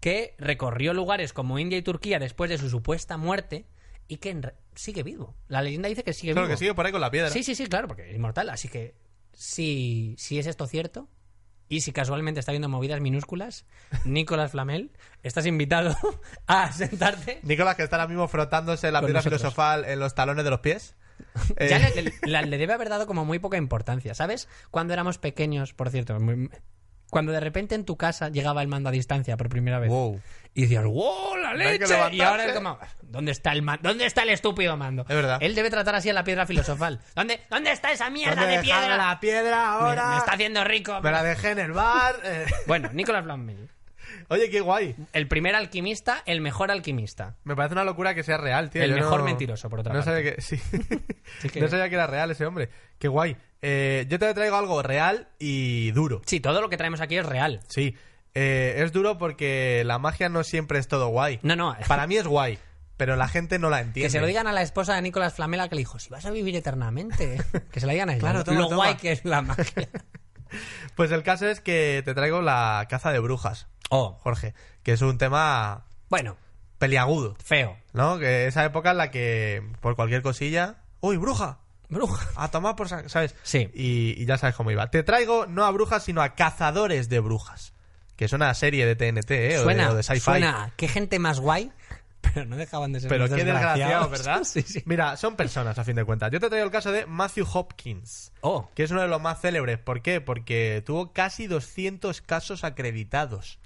S1: que recorrió lugares como India y Turquía después de su supuesta muerte y que en re- sigue vivo. La leyenda dice que sigue
S2: Claro
S1: vivo.
S2: que sigue por ahí con la piedra.
S1: Sí, sí, sí, claro, porque es inmortal. Así que si, si es esto cierto y si casualmente está viendo movidas minúsculas, Nicolás Flamel, estás invitado a sentarte.
S2: Nicolás, que está ahora mismo frotándose la
S1: Con
S2: piedra
S1: nosotros.
S2: filosofal en los talones de los pies. Eh,
S1: Ya le, le- la- le debe haber dado como muy poca importancia, ¿sabes? Cuando éramos pequeños, por cierto, muy- cuando de repente en tu casa llegaba el mando a distancia por primera vez.
S2: Wow.
S1: Y decías, ¡wow, la
S2: hay que
S1: leche! Y ahora es
S2: levantarse.
S1: como, ¿dónde está el mando? ¿Dónde está el estúpido mando?
S2: Es verdad.
S1: Él debe tratar así a la piedra filosofal. ¿Dónde, dónde está esa mierda
S2: ¿Dónde
S1: de
S2: he dejado
S1: piedra?
S2: la piedra
S1: Me-
S2: ahora?
S1: Me, está haciendo rico.
S2: Me la dejé en el bar. eh.
S1: Bueno, Nicolás Flamel,
S2: Oye, qué guay.
S1: el primer alquimista, el mejor alquimista.
S2: Me parece una locura que sea real, tío.
S1: El
S2: Yo
S1: mejor
S2: no-
S1: mentiroso, por otra
S2: no
S1: parte.
S2: Sabía que... sí.
S1: Sí que-
S2: No sabía que era real ese hombre. Qué guay. Eh, yo te traigo algo real y duro.
S1: Sí, todo lo que traemos aquí es real.
S2: Sí. Eh, es duro porque la magia no siempre es todo guay.
S1: No, no.
S2: Para mí es guay, pero la gente no la entiende.
S1: Que se lo digan a la esposa de Nicolás Flamela que le dijo, si vas a vivir eternamente, que se la digan a ella.
S2: Claro,
S1: lo-
S2: toma,
S1: lo
S2: toma.
S1: guay que es la magia.
S2: Pues el caso es que te traigo la caza de brujas,
S1: Oh,
S2: Jorge, que es un tema
S1: bueno,
S2: peliagudo,
S1: feo.
S2: ¿no? Que esa época en la que por cualquier cosilla, ¡uy, bruja!
S1: Bruja.
S2: A tomar por sa- ¿sabes?
S1: Sí.
S2: Y, y ya sabes cómo iba. Te traigo no a brujas, sino a cazadores de brujas. Que es una serie de TNT, ¿eh? O de-
S1: suena,
S2: o de, sci-fi.
S1: suena, qué gente más guay, pero no dejaban de ser
S2: Pero
S1: unos
S2: qué desgraciado,
S1: desgraciados.
S2: ¿verdad?
S1: Sí, sí.
S2: Mira, son personas, a fin de cuentas. Yo te traigo el caso de Matthew Hopkins,
S1: Oh,
S2: que es uno de los más célebres. ¿Por qué? Porque tuvo casi 200 casos acreditados.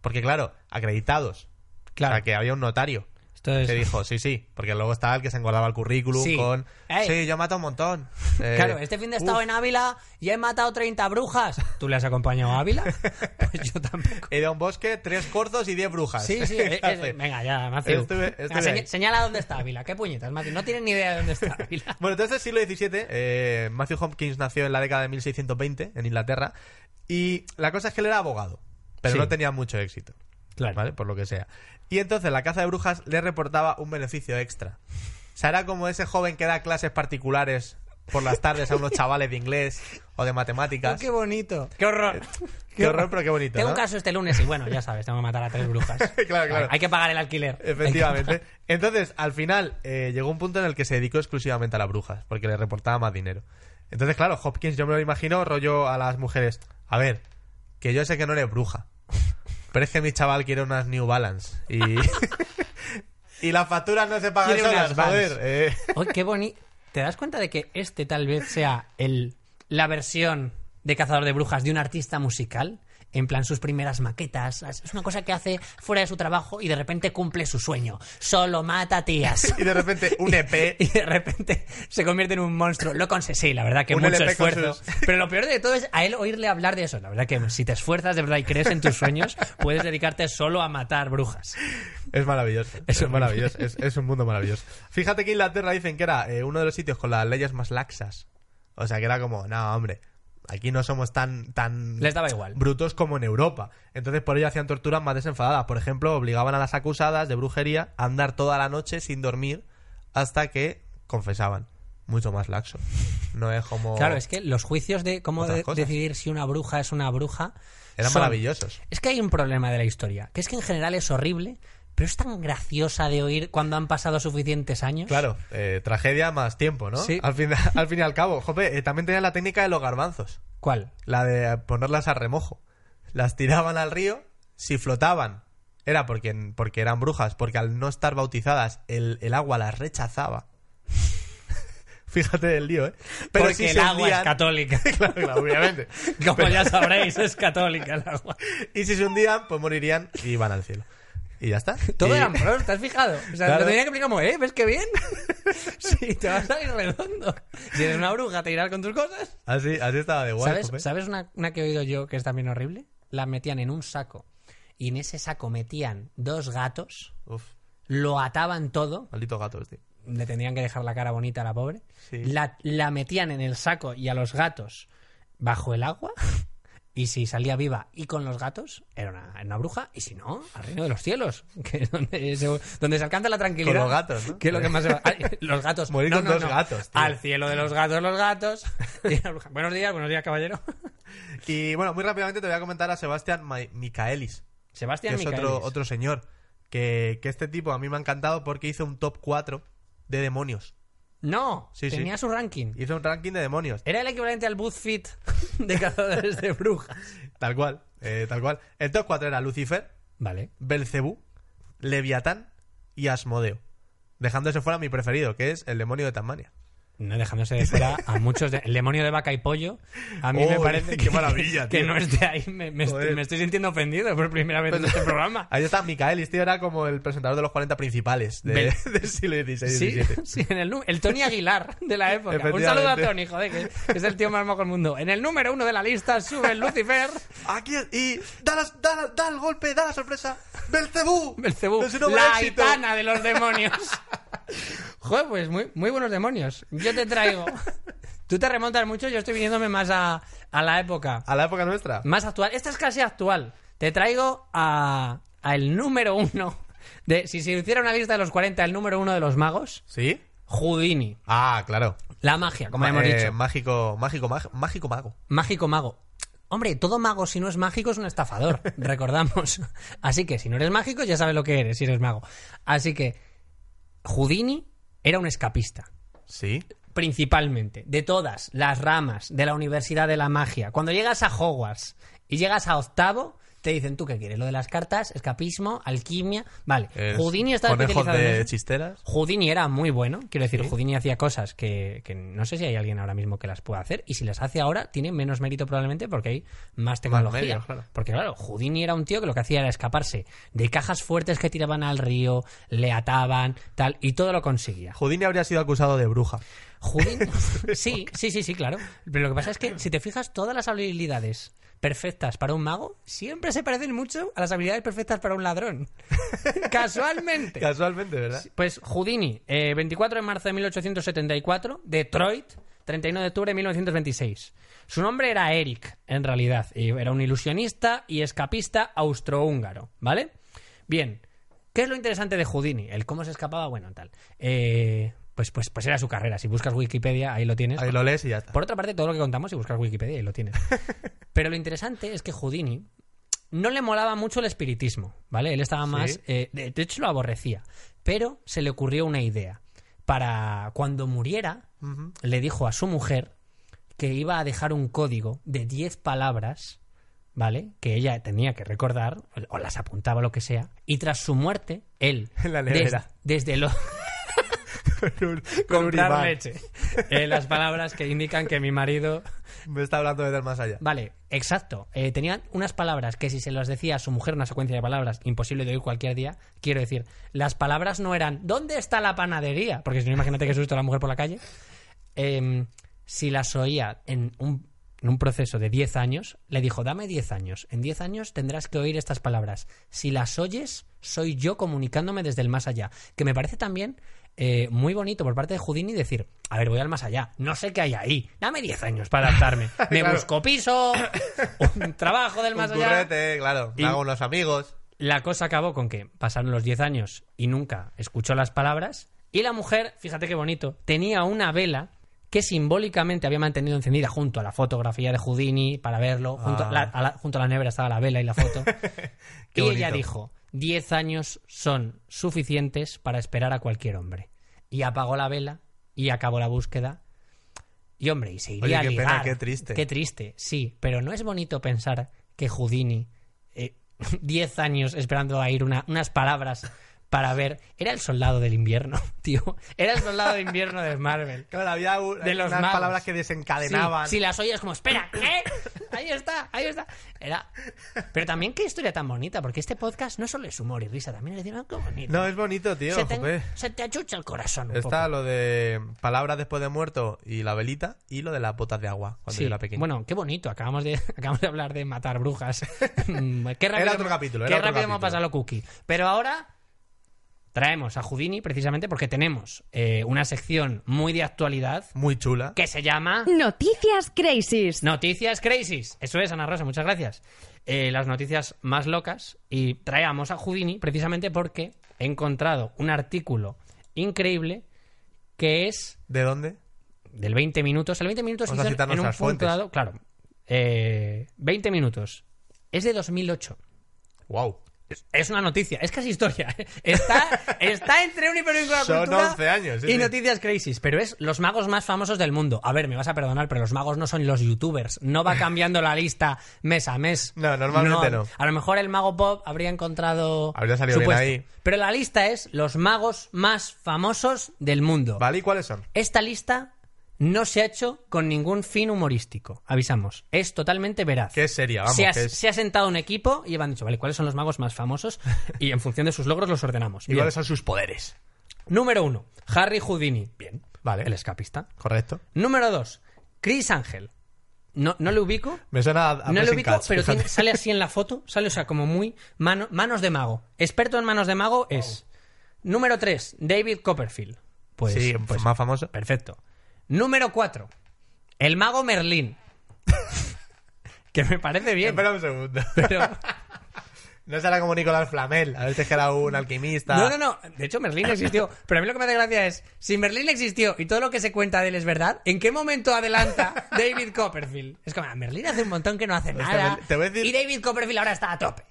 S2: Porque, claro, acreditados.
S1: Claro.
S2: O sea, que había un notario
S1: esto es...
S2: que dijo, sí, sí. Porque luego estaba el que se engordaba el currículum
S1: Sí.
S2: con...
S1: Ey.
S2: Sí, yo mato un montón. Eh,
S1: Claro, este fin de he estado
S2: uf.
S1: en Ávila y he matado 30 brujas. ¿Tú le has acompañado a Ávila? Pues yo tampoco.
S2: He ido a un bosque, tres corzos y diez brujas.
S1: Sí, sí. eh, eh,
S2: Hace-
S1: venga, ya, Matthew.
S2: Estuve-
S1: Venga,
S2: estuve
S1: seña-
S2: ahí.
S1: señala dónde está Ávila. ¿Qué puñetas, Matthew? No tienes ni idea de dónde está Ávila.
S2: Bueno, entonces siglo XVII, eh, Matthew Hopkins nació en la década de 1620 en Inglaterra y la cosa es que él era abogado, pero
S1: Sí.
S2: no tenía mucho éxito,
S1: Claro.
S2: ¿vale? Por lo que sea. Y entonces la caza de brujas le reportaba un beneficio extra. O sea, era como ese joven que da clases particulares por las tardes a unos chavales de inglés o de
S1: Oh,
S2: matemáticas.
S1: ¡Qué bonito! ¡Qué horror! ¡Qué,
S2: Eh, Qué horror, pero qué bonito,
S1: Tengo
S2: ¿no?
S1: un caso este lunes y bueno, ya sabes, tengo que matar a tres brujas.
S2: Claro, claro. Eh,
S1: Hay que pagar el alquiler.
S2: Efectivamente. Entonces, al final, eh, llegó un punto en el que se dedicó exclusivamente a las brujas, porque le reportaba más dinero. Entonces, claro, Hopkins, yo me lo imagino, rollo a las mujeres. A ver, que yo sé que no eres bruja, pero es que mi chaval quiere unas New Balance y. y las facturas no se pagan
S1: Quiere
S2: solas,
S1: unas Vans.
S2: joder. eh.
S1: Oye, qué bonito. ¿Te das cuenta de que este tal vez sea el, la versión de Cazador de Brujas de un artista musical? En plan, sus primeras maquetas. Es una cosa que hace fuera de su trabajo y de repente cumple su sueño. Solo mata tías.
S2: Y de repente, un E EP.
S1: Y de repente se convierte en un monstruo. Lo conseguí, sí, la verdad que
S2: Un
S1: mucho
S2: LP con
S1: esfuerzo.
S2: sus-
S1: Pero lo peor de todo es a él oírle hablar de eso. La verdad que si te esfuerzas de verdad y crees en tus sueños, puedes dedicarte solo a matar brujas.
S2: Es maravilloso. Es, maravilloso. Es, es un mundo maravilloso. Fíjate que Inglaterra dicen que era eh, uno de los sitios con las leyes más laxas. O sea, que era como, no, hombre, aquí no somos tan, tan
S1: Les daba igual.
S2: brutos como en Europa. Entonces, por ello hacían torturas más desenfadadas. Por ejemplo, obligaban a las acusadas de brujería a andar toda la noche sin dormir hasta que confesaban. Mucho más laxo. No es como...
S1: Claro, es que los juicios de cómo
S2: Otras
S1: de-
S2: cosas.
S1: decidir si una bruja es una bruja
S2: Eran
S1: son-
S2: maravillosos.
S1: Es que hay un problema de la historia, que es que en general es horrible, pero es tan graciosa de oír cuando han pasado suficientes años.
S2: Claro, eh, tragedia más tiempo, ¿no?
S1: Sí.
S2: Al, fin, al fin y al cabo, jope, eh, también tenían la técnica de los garbanzos.
S1: ¿Cuál?
S2: La de ponerlas a remojo. Las tiraban al río, si flotaban, era porque, porque eran brujas, porque al no estar bautizadas, el, el agua las rechazaba. Fíjate el lío, ¿eh?
S1: Porque
S2: sí
S1: el
S2: se
S1: agua es
S2: hundían-
S1: católica.
S2: Claro, claro, obviamente.
S1: Como ya sabréis, es católica el agua.
S2: Y si se hundían, pues morirían y iban al cielo. Y ya está.
S1: Todo
S2: Y-
S1: eran pros, ¿te has fijado? O sea,
S2: Claro.
S1: lo tenía que explicar como, ¿eh? ¿Ves qué bien? sí, te vas a ir redondo. Si eres una bruja, te irás con tus cosas.
S2: Así, así estaba de guay.
S1: ¿Sabes,
S2: jope.
S1: ¿sabes una, una que he oído yo que es también horrible? La metían en un saco y en ese saco metían dos gatos.
S2: Uf,
S1: lo ataban todo,
S2: malditos gatos, tío.
S1: le tendrían que dejar la cara bonita a la pobre,
S2: Sí.
S1: la, la metían en el saco y a los gatos bajo el agua, y si salía viva y con los gatos, era una, era una bruja, y si no, al reino de los cielos, que es donde se, donde se alcanza la tranquilidad.
S2: Con los gatos, ¿no?
S1: Que es lo que más se va- Ay, los gatos.
S2: Morir
S1: No,
S2: con
S1: no,
S2: dos
S1: no.
S2: gatos, tío.
S1: Al cielo de los gatos, los gatos. Y la bruja, Buenos días, buenos días, caballero.
S2: Y bueno, muy rápidamente te voy a comentar a Sebastián Ma- Micaelis.
S1: Sebastián
S2: que es
S1: Michaelis.
S2: otro, otro señor. Que, que este tipo a mí me ha encantado porque hizo un top 4 de demonios.
S1: No,
S2: Sí, sí.
S1: tenía su ranking.
S2: Hizo un ranking de demonios.
S1: Era el equivalente al BuzzFeed de cazadores de brujas.
S2: Tal cual, eh, tal cual. El top 4 era Lucifer,
S1: Vale.
S2: Belcebú, Leviatán y Asmodeo. Dejándose fuera mi preferido, que es el demonio de Tasmania.
S1: No dejándose de fuera a muchos. de- el demonio de vaca y pollo. A mí me
S2: Oh,
S1: parece
S2: qué
S1: que,
S2: maravilla,
S1: que
S2: tío.
S1: no esté ahí. Me, me
S2: Joder. Pues,
S1: estoy, me estoy sintiendo ofendido por primera vez en este programa.
S2: Ahí está Micael, este era como el presentador de los 40 principales de-
S1: Bel-
S2: del siglo XVI y
S1: Sí,
S2: XVII.
S1: sí, en el, nu- el Tony Aguilar de la época. Un
S2: Efectivamente.
S1: saludo a Tony, joder, que es el tío más moco del mundo. En el número uno de la lista sube el Lucifer,
S2: Aquí es- y da, las- da, la- da el golpe, da la sorpresa. Belcebú.
S1: Belcebú,
S2: Es un hombre
S1: la
S2: éxito.
S1: gitana de los demonios. Joder, pues muy, muy buenos demonios. Yo te traigo. Tú te remontas mucho, yo estoy viniéndome más a, a la época.
S2: A la época nuestra.
S1: más actual. Esta es casi actual. Te traigo a, a el número uno. De, si se hiciera una lista de los 40, el número uno de los magos,
S2: ¿Sí?
S1: Houdini.
S2: Ah, claro.
S1: La magia, como hemos
S2: Eh,
S1: dicho.
S2: Mágico, mágico, mag- mágico mago.
S1: Mágico mago. Hombre, todo mago si no es mágico es un estafador, recordamos. Así que si no eres mágico ya sabes lo que eres si eres mago. Así que Houdini era un escapista.
S2: Sí.
S1: principalmente, de todas las ramas de la Universidad de la Magia, cuando llegas a Hogwarts y llegas a octavo, te dicen, ¿tú qué quieres? Lo de las cartas, escapismo, alquimia... Vale,
S2: Es
S1: Houdini estaba
S2: conejos
S1: especializado en
S2: de
S1: eso.
S2: chisteras.
S1: Houdini era muy bueno, quiero decir,
S2: Sí.
S1: Houdini hacía cosas que, que no sé si hay alguien ahora mismo que las pueda hacer, y si las hace ahora, tiene menos mérito probablemente porque hay más tecnología.
S2: medios, claro.
S1: Porque claro, Houdini era un tío que lo que hacía era escaparse de cajas fuertes que tiraban al río, le ataban, tal, y todo lo conseguía.
S2: Houdini habría sido acusado de bruja.
S1: Houdini. Sí, sí, sí, sí, claro. Pero lo que pasa es que si te fijas, todas las habilidades perfectas para un mago siempre se parecen mucho a las habilidades perfectas para un ladrón. Casualmente.
S2: Casualmente, ¿verdad?
S1: Pues Houdini, eh, 24 de marzo de 1874, Detroit, 31 de octubre de 1926. Su nombre era Eric, en realidad. y Era un ilusionista y escapista austrohúngaro, ¿vale? Bien, ¿Qué es lo interesante de Houdini? El cómo se escapaba, bueno, tal. Eh, pues, pues, pues era su carrera. Si buscas Wikipedia, ahí lo tienes.
S2: Ahí lo lees y ya está.
S1: Por otra parte, todo lo que contamos, si buscas Wikipedia, ahí lo tienes. Pero lo interesante es que Houdini no le molaba mucho el espiritismo, ¿vale? Él estaba más...
S2: Sí.
S1: eh, de de hecho, lo aborrecía. Pero se le ocurrió una idea. Para cuando muriera,
S2: Ujú.
S1: le dijo a su mujer que iba a dejar un código de 10 palabras, ¿vale? Que ella tenía que recordar, o las apuntaba, lo que sea. Y tras su muerte, él...
S2: En la nevera.
S1: des- desde lo...
S2: Con un- con un
S1: Comprar
S2: imán.
S1: leche. Eh, las palabras que indican que mi marido
S2: Me está hablando de dar más allá.
S1: Vale, exacto. Eh, tenían unas palabras que si se las decía a su mujer, una secuencia de palabras imposible de oír cualquier día, quiero decir, las palabras no eran ¿dónde está la panadería? Porque si no, imagínate que susto a la mujer por la calle. Em, si las oía en un, en un proceso de 10 años, le dijo, dame 10 años. En 10 años tendrás que oír estas palabras. Si las oyes, soy yo comunicándome desde el más allá. Que me parece también eh, muy bonito por parte de Houdini decir, a ver, voy al más allá. No sé qué hay ahí. Dame 10 años para adaptarme. Me
S2: Claro.
S1: busco piso, un trabajo del más
S2: un
S1: allá.
S2: currete, claro.
S1: Y-
S2: Me hago unos amigos.
S1: La cosa acabó con que pasaron los 10 años y nunca escuchó las palabras. Y la mujer, fíjate qué bonito, tenía una vela que simbólicamente había mantenido encendida junto a la fotografía de Houdini para verlo. Junto, a la, a la- junto a la nevera estaba la vela y la foto. y
S2: Ah. Qué
S1: ella
S2: bonito.
S1: dijo, 10 años son suficientes para esperar a cualquier hombre. Y apagó la vela y acabó la búsqueda. Y hombre, y se iría
S2: Oye,
S1: a
S2: qué pena,
S1: ligar.
S2: qué triste.
S1: Qué triste, sí. Pero no es bonito pensar que Houdini, eh, 10 años esperando a ir una- unas palabras para ver... Era el soldado del invierno, tío. Era el soldado de invierno de Marvel.
S2: Claro, había un-
S1: De los
S2: unas
S1: magos.
S2: palabras que desencadenaban.
S1: Sí, si las oyes como, espera, ¿eh? Ahí está, ahí está. Era... Pero también qué historia tan bonita, porque este podcast no solo es humor y risa, también es decir, ah, qué bonito.
S2: No, es bonito, tío.
S1: se, te,
S2: jope.
S1: se te achucha el corazón un
S2: Está
S1: poco.
S2: lo de palabras después de muerto y la velita y lo de las botas de agua cuando
S1: Sí.
S2: yo era pequeño.
S1: Bueno, qué bonito. Acabamos de, acabamos de hablar de matar brujas. Mm, qué rápido,
S2: Era otro capítulo,
S1: Qué
S2: era otro
S1: rápido hemos
S2: capítulo.
S1: pasado lo cookie. Pero ahora traemos a Houdini precisamente porque tenemos eh, una sección muy de actualidad
S2: Muy chula.
S1: que se llama...
S4: Noticias Crazies.
S1: Noticias Crazies. Eso es, Ana Rosa, muchas gracias. Eh, las noticias más locas. Y traíamos a Houdini precisamente porque he encontrado un artículo increíble que es
S2: ¿De dónde?
S1: del 20 minutos. El 20 minutos
S2: Vamos a
S1: hizo
S2: citar
S1: en un punto
S2: nuestras fuentes.
S1: dado. Claro. Eh, 20 minutos. Es de 2008.
S2: Wow.
S1: Es una noticia, es casi historia. ¿eh? Está, está entre un hipervínculo de la
S2: Son
S1: cultura
S2: 11 años, sí,
S1: y
S2: sí.
S1: noticias crisis, pero es los magos más famosos del mundo. A ver, me vas a perdonar, pero los magos no son los youtubers. No va cambiando la lista mes a mes.
S2: No, normalmente no.
S1: A lo mejor el mago pop habría encontrado.
S2: Habría salido
S1: su
S2: bien
S1: puesto.
S2: ahí.
S1: Pero la lista es los magos más famosos del mundo.
S2: ¿Vale? ¿Y cuáles son?
S1: Esta lista no se ha hecho con ningún fin humorístico, avisamos. Es totalmente veraz.
S2: Que es seria, vamos,
S1: Se ha,
S2: que es-
S1: se ha sentado un equipo y han dicho, vale, ¿cuáles son los magos más famosos? Y en función de sus logros los ordenamos.
S2: ¿Y
S1: Bien.
S2: cuáles son sus poderes?
S1: Número uno, Harry Houdini. Bien.
S2: Vale.
S1: El escapista.
S2: Correcto.
S1: Número dos, Chris Ángel. No, no le ubico.
S2: Me suena a, a
S1: no le
S2: Pressing
S1: ubico,
S2: Catch,
S1: pero
S2: pues fíjate.
S1: tiene- sale así en la foto. Sale, o sea, como muy. mano- manos de mago. Experto en manos de mago es. Número tres, David Copperfield. Pues,
S2: sí,
S1: pues
S2: más famoso.
S1: Perfecto. Número 4. El mago Merlín. que me parece bien.
S2: Espera un segundo.
S1: pero-
S2: No será como Nicolás Flamel. A veces que era un alquimista.
S1: No, no, no. De hecho, Merlín existió. Pero a mí lo que me hace gracia es, si Merlín existió y todo lo que se cuenta de él es verdad, ¿en qué momento adelanta David Copperfield? Es como, ah, Merlín hace un montón que no hace
S2: Hostia,
S1: nada.
S2: Merlín, Pues te voy a decir-
S1: Y David Copperfield ahora está a tope.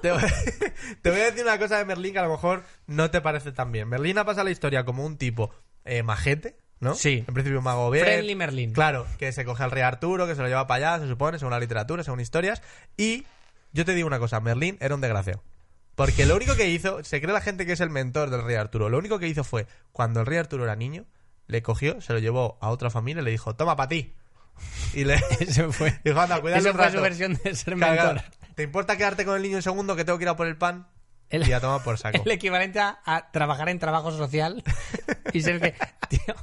S2: Te voy, te voy a decir una cosa de Merlín que a lo mejor no te parece tan bien. Merlín ha pasado la historia como un tipo eh, majete, ¿no?
S1: Sí.
S2: En principio un mago bien.
S1: Friendly Merlín.
S2: Claro, que se coge al rey Arturo, que se lo lleva para allá, se supone, según la literatura, según historias. Y yo te digo una cosa, Merlín era un desgraciado. Porque lo único que hizo, se cree la gente que es el mentor del rey Arturo, lo único que hizo fue, cuando el rey Arturo era niño, le cogió, se lo llevó a otra familia y le dijo, toma para ti. Y le
S1: Eso fue.
S2: dijo, anda, cuídalo
S1: Esa
S2: un
S1: fue
S2: rato".
S1: su versión de ser
S2: Claro, claro.
S1: mentor.
S2: ¿Te importa quedarte con el niño un segundo que tengo que ir a por el pan?
S1: El-
S2: Y a tomar por saco.
S1: El equivalente a, a trabajar en trabajo social y ser que, tío,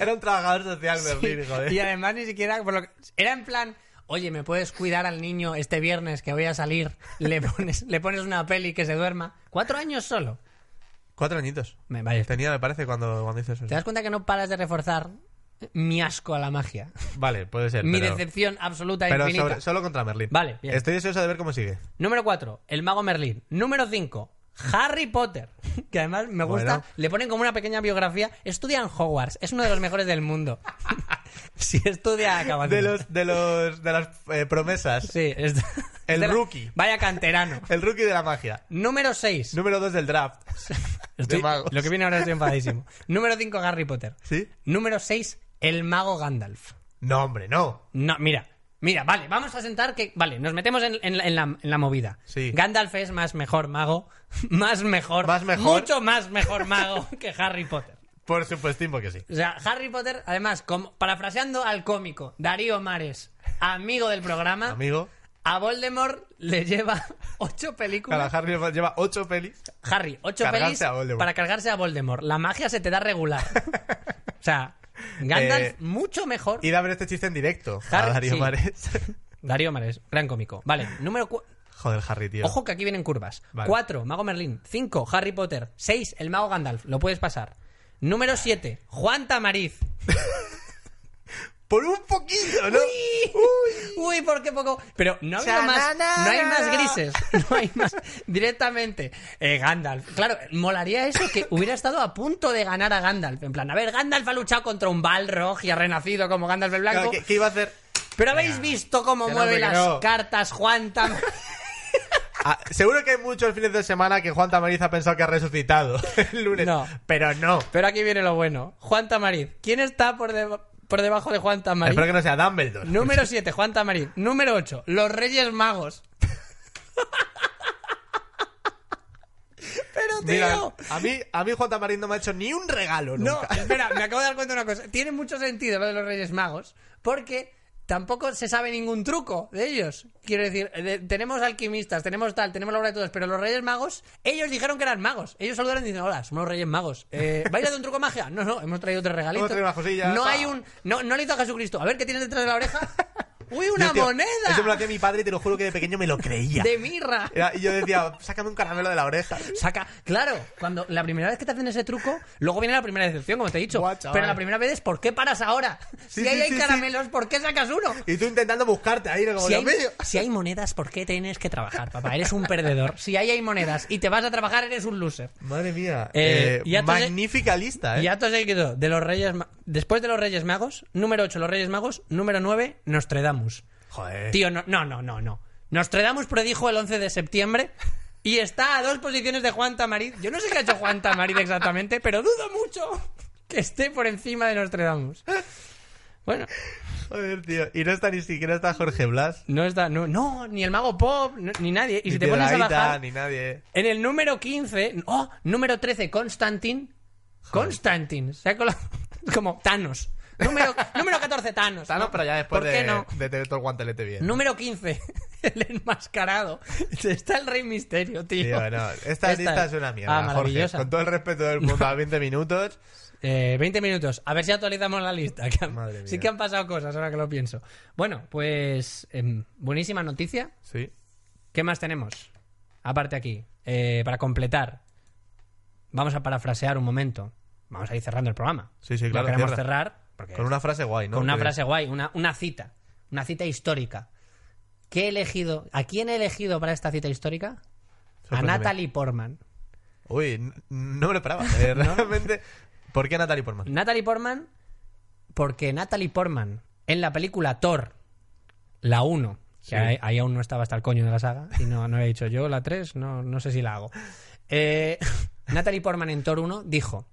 S2: Era un trabajador social, Berlín, joder.
S1: Y además ni siquiera por lo que- era en plan, oye, ¿me puedes cuidar al niño este viernes que voy a salir? Le pones, le pones una peli que se duerma. Cuatro años solo.
S2: Cuatro añitos.
S1: Me, vaya,
S2: Tenía, me parece, cuando, cuando hizo eso.
S1: ¿Te das cuenta que no paras de reforzar mi asco a la magia?
S2: Vale, puede ser.
S1: mi
S2: Eh, pero
S1: decepción absoluta e
S2: pero
S1: infinita.
S2: sobre- solo contra Merlín.
S1: Vale, bien.
S2: Estoy deseoso de ver cómo sigue.
S1: Número 4, el mago Merlín. Número 5, Harry Potter, que además me gusta,
S2: Bueno.
S1: le ponen como una pequeña biografía, estudia en Hogwarts, es uno de los mejores del mundo. si estudia acaba
S2: De
S1: haciendo.
S2: los de los de las eh, promesas.
S1: Sí, es-
S2: El
S1: de la-
S2: rookie.
S1: Vaya canterano.
S2: El rookie de la magia.
S1: Número 6.
S2: Número 2 del draft.
S1: Estoy-
S2: de magos.
S1: Lo que viene ahora estoy enfadísimo. Número 5, Harry Potter.
S2: ¿Sí?
S1: Número 6, el mago Gandalf.
S2: No, hombre, no.
S1: No, mira, mira, vale, vamos a sentar que. Vale, nos metemos en, en la- en la, en la movida.
S2: Sí.
S1: Gandalf es más mejor mago, más mejor,
S2: Más mejor.
S1: mucho más mejor mago que Harry Potter.
S2: Por supuestísimo que sí.
S1: O sea, Harry Potter, además, como, parafraseando al cómico Darío Mares, amigo del programa,
S2: Amigo,
S1: a Voldemort le lleva ocho
S2: cada
S1: películas.
S2: Harry lleva 8 pelis.
S1: Harry, ocho
S2: Cargarse
S1: pelis
S2: a Voldemort.
S1: para cargarse a Voldemort. La magia se te da regular. o sea, Gandalf,
S2: Eh,
S1: mucho mejor.
S2: Id a ver este chiste en directo.
S1: Harry-
S2: a Darío
S1: sí.
S2: Mares.
S1: Darío Mares, gran cómico. Vale, número cu-
S2: Joder, Harry, tío.
S1: Ojo que aquí vienen curvas.
S2: Vale.
S1: 4, Mago Merlín. 5, Harry Potter. 6, el Mago Gandalf. Lo puedes pasar. Número 7, Juan Tamariz.
S2: Por un poquito, ¿no?
S1: Uy, por qué poco. Pero no ha habido más.
S2: Chananana.
S1: No hay más grises. No hay más. Directamente. eh, Gandalf. Claro, molaría eso que hubiera estado a punto de ganar a Gandalf. En plan, a ver, Gandalf ha luchado contra un Balrog y ha renacido como Gandalf el Blanco.
S2: Claro, ¿qué, qué iba a hacer?
S1: Pero habéis visto cómo
S2: Que no,
S1: mueve
S2: hombre, que
S1: las
S2: no.
S1: cartas Juan Tamariz.
S2: Ah, seguro que hay muchos fines de semana que Juan Tamariz ha pensado que ha resucitado el lunes.
S1: No.
S2: Pero no.
S1: Pero aquí viene lo bueno. Juan Tamariz. ¿Quién está por, deba- por debajo de Juan Tamariz?
S2: Espero que no sea Dumbledore.
S1: Número 7, Juan Tamariz. Número 8, los Reyes Magos. Pero, tío.
S2: Mira, a mí, a mí Juan Tamariz no me ha hecho ni un regalo
S1: no,
S2: nunca.
S1: espera, me acabo de dar cuenta de una cosa. Tiene mucho sentido lo de los Reyes Magos, porque tampoco se sabe ningún truco de ellos. Quiero decir, de- tenemos alquimistas, tenemos tal, tenemos la obra de todos, pero los Reyes Magos, ellos dijeron que eran magos. Ellos saludaron y dicen, hola, somos los Reyes Magos. Eh, ¿Vais a hacer un truco de magia? No, no, hemos traído tres regalitos.
S2: Hemos traído unas cosillas,
S1: no
S2: pa.
S1: hay un... No, no le hizo a Jesucristo. A ver, ¿qué tienes detrás de la oreja? ¡Uy,
S2: Yo,
S1: una
S2: tío,
S1: moneda!
S2: Eso me lo hacía mi padre y te lo juro que de pequeño me lo creía.
S1: de mirra.
S2: Era- y yo decía, sácame un caramelo de la oreja.
S1: Saca, claro, cuando la primera vez que te hacen ese truco, luego viene la primera decepción, como te he dicho.
S2: Buah, chaval.
S1: pero la primera vez es ¿por qué paras ahora?
S2: Sí,
S1: si ahí
S2: sí,
S1: hay
S2: sí,
S1: caramelos, ¿por qué sacas uno?
S2: Y tú intentando buscarte ahí, ¿no? como
S1: Si
S2: lo
S1: hay,
S2: medio.
S1: si hay monedas, ¿por qué tienes que trabajar, papá? Eres un perdedor. Si ahí hay monedas y te vas a trabajar, eres un loser.
S2: Madre mía.
S1: Eh,
S2: eh,
S1: y entonces-
S2: magnífica lista, ¿eh?
S1: Y ya te has seguido de los Reyes Ma- Después de los Reyes Magos, número 8, los Reyes Magos, número 9, Nostradamus.
S2: Joder.
S1: Tío, no, no, no, no, no. Nostradamus predijo el 11 de septiembre y está a dos posiciones de Juan Tamariz. Yo no sé qué ha hecho Juan Tamariz exactamente, pero dudo mucho que esté por encima de Nostradamus. Bueno,
S2: Joder, tío. Y no está ni siquiera está Jorge Blas.
S1: no está, no, no, ni el mago pop, no- ni nadie. Y si te
S2: Tío
S1: pones a
S2: Gaita,
S1: bajar,
S2: Ni nadie.
S1: en el número 15, oh, número 13, Constantin. Constantin, se ha colado como Thanos. Número, número 14, Thanos.
S2: Está, no, pero ya después
S1: ¿Por
S2: de,
S1: qué no?
S2: de tener todo el guantelete bien.
S1: Número 15, el enmascarado. Está el Rey Misterio, tío.
S2: Tío, no. Esta lista es una mierda,
S1: Ah, maravillosa.
S2: Jorge. Con todo el respeto del mundo, a 20 minutos.
S1: Eh, 20 minutos. A ver si actualizamos la lista. que han-
S2: Madre mía.
S1: Sí que han pasado cosas ahora que lo pienso. Bueno, pues em, buenísima noticia.
S2: Sí.
S1: ¿Qué más tenemos? Aparte aquí, eh, para completar, vamos a parafrasear un momento. Vamos a ir cerrando el programa.
S2: Sí, sí,
S1: Lo
S2: claro,
S1: queremos
S2: cierra.
S1: cerrar porque-
S2: Con una frase guay, ¿no?
S1: con una
S2: Porque-
S1: frase guay, una, una cita, una cita histórica. ¿Qué he elegido? ¿A quién he elegido para esta cita histórica? A
S2: Sorpréndeme.
S1: Natalie Portman.
S2: Uy, n- no me lo esperaba. eh, realmente. ¿Por qué Natalie Portman?
S1: Natalie Portman, porque Natalie Portman en la película Thor, la 1, que
S2: Sí.
S1: ahí, ahí aún no estaba hasta el coño de la saga, y no, no he dicho yo la 3, no, no sé si la hago. Eh, Natalie Portman en Thor 1 dijo,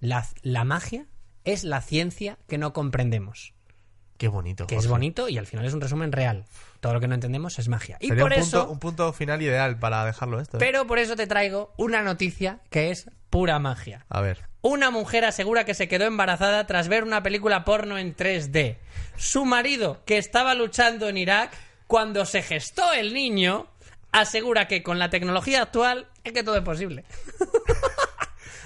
S1: la, la magia es la ciencia que no comprendemos.
S2: Qué bonito.
S1: Que es
S2: Jorge.
S1: bonito y al final es un resumen real. Todo lo que no entendemos es magia. Y
S2: Sería
S1: por
S2: un,
S1: eso...
S2: punto, un punto final ideal para dejarlo esto. ¿eh?
S1: Pero por eso te traigo una noticia que es pura magia.
S2: A ver.
S1: Una mujer asegura que se quedó embarazada tras ver una película porno en 3D. Su marido, que estaba luchando en Irak, cuando se gestó el niño, asegura que con la tecnología actual es que todo es posible.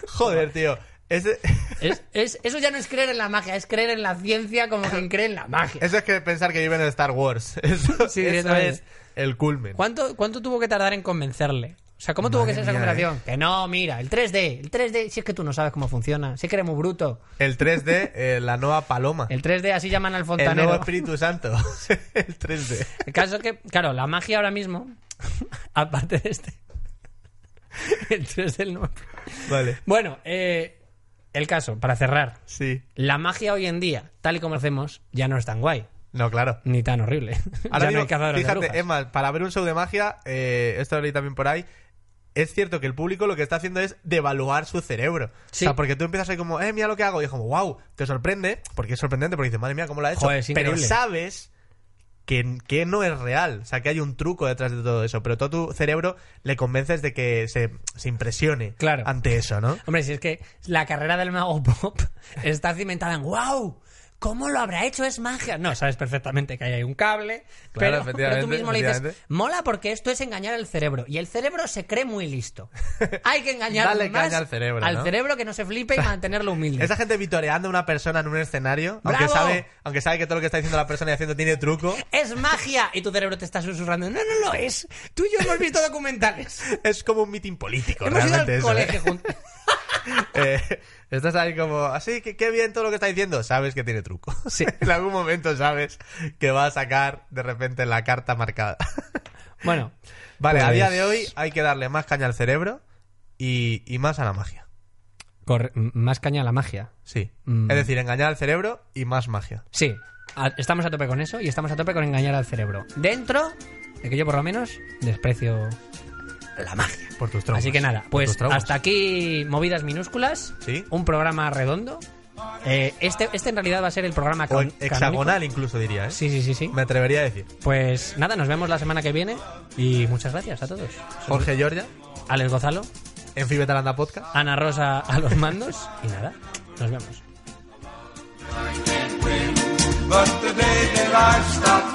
S2: Joder, tío. Ese-
S1: Es- es- eso ya no es creer en la magia, es creer en la ciencia como quien cree en la magia.
S2: Eso es que pensar que viven en Star Wars. Eso,
S1: Sí,
S2: eso
S1: directamente.
S2: es el culmen.
S1: ¿Cuánto, ¿Cuánto tuvo que tardar en convencerle? O sea, ¿cómo tuvo
S2: Madre
S1: que ser esa
S2: mía, eh.
S1: conversación? Que no, mira, el 3D, el 3D, si es que tú no sabes cómo funciona, si es que eres muy bruto.
S2: El 3D, eh, la nueva paloma. El,
S1: El 3D así llaman al
S2: nuevo
S1: fontanero.
S2: Espíritu Santo. el 3D.
S1: El caso es que, claro, la magia ahora mismo, aparte de este, El 3 del 9.
S2: Vale.
S1: Bueno, eh, el caso, para cerrar.
S2: Sí.
S1: La magia hoy en día, tal y como lo hacemos, ya no es tan guay,
S2: No, claro.
S1: ni tan horrible.
S2: Ahora
S1: ya no
S2: mismo,
S1: hay cazadores de
S2: fíjate,
S1: brujas.
S2: es más, para ver un show de magia, eh, esto lo leí también por ahí. Es cierto que el público lo que está haciendo es devaluar su cerebro.
S1: Sí.
S2: O sea, porque tú empiezas ahí como, eh, mira lo que hago. Y es como, wow, te sorprende, porque es sorprendente, porque dices, madre mía, cómo lo ha hecho.
S1: Joder, es
S2: Pero
S1: increíble.
S2: sabes que, que no es real. O sea, que hay un truco detrás de todo eso. Pero todo tu cerebro le convences de que se, se impresione
S1: Claro.
S2: ante eso, ¿no?
S1: Hombre, si es que la carrera del mago pop está cimentada en ¡Wow! ¿Cómo lo habrá hecho? Es magia. No, sabes perfectamente que ahí hay un cable, pero- pero,
S2: efectivamente,
S1: tú mismo le dices,
S2: efectivamente.
S1: mola porque esto es engañar al cerebro. Y el cerebro se cree muy listo. Hay que engañar
S2: Dale
S1: más
S2: caña al cerebro,
S1: al
S2: ¿no?
S1: cerebro que no se flipe y mantenerlo humilde.
S2: Esa gente vitoreando a una persona en un escenario, aunque
S1: ¡Bravo!
S2: sabe, aunque sabe que todo lo que está diciendo la persona y haciendo tiene truco.
S1: Es magia y tu cerebro te está susurrando. No, no lo es. Tú y yo hemos visto documentales.
S2: Es como un mitin político,
S1: hemos ido al
S2: realmente. eso,
S1: colegio
S2: ¿eh?
S1: juntos.
S2: Eh, estás ahí como, así que qué bien todo lo que está diciendo. Sabes que tiene truco.
S1: Sí.
S2: en algún momento sabes que va a sacar de repente la carta marcada.
S1: Bueno,
S2: vale, a
S1: Pues-
S2: día de hoy hay que darle más caña al cerebro y, y más a la magia.
S1: corre- m- más caña a la magia.
S2: Sí.
S1: Mm.
S2: Es decir, engañar al cerebro y más magia.
S1: Sí, a- estamos a tope con eso y estamos a tope con engañar al cerebro. Dentro de que yo por lo menos desprecio la magia.
S2: Por tus traumas.
S1: Así que nada,
S2: Por tus
S1: pues
S2: traumas.
S1: hasta aquí movidas minúsculas.
S2: Sí.
S1: Un programa redondo. Eh, este, este en realidad va a ser el programa
S2: O
S1: con,
S2: hexagonal incluso diría, ¿eh?
S1: Sí, sí, sí, sí.
S2: Me atrevería a decir.
S1: Pues nada, nos vemos la semana que viene y muchas gracias a todos.
S2: Jorge Giorgia,
S1: Alex Gozalo,
S2: en Fibetalanda Podcast.
S1: Ana Rosa a los mandos y nada, nos vemos.
S5: But the day daylight stopped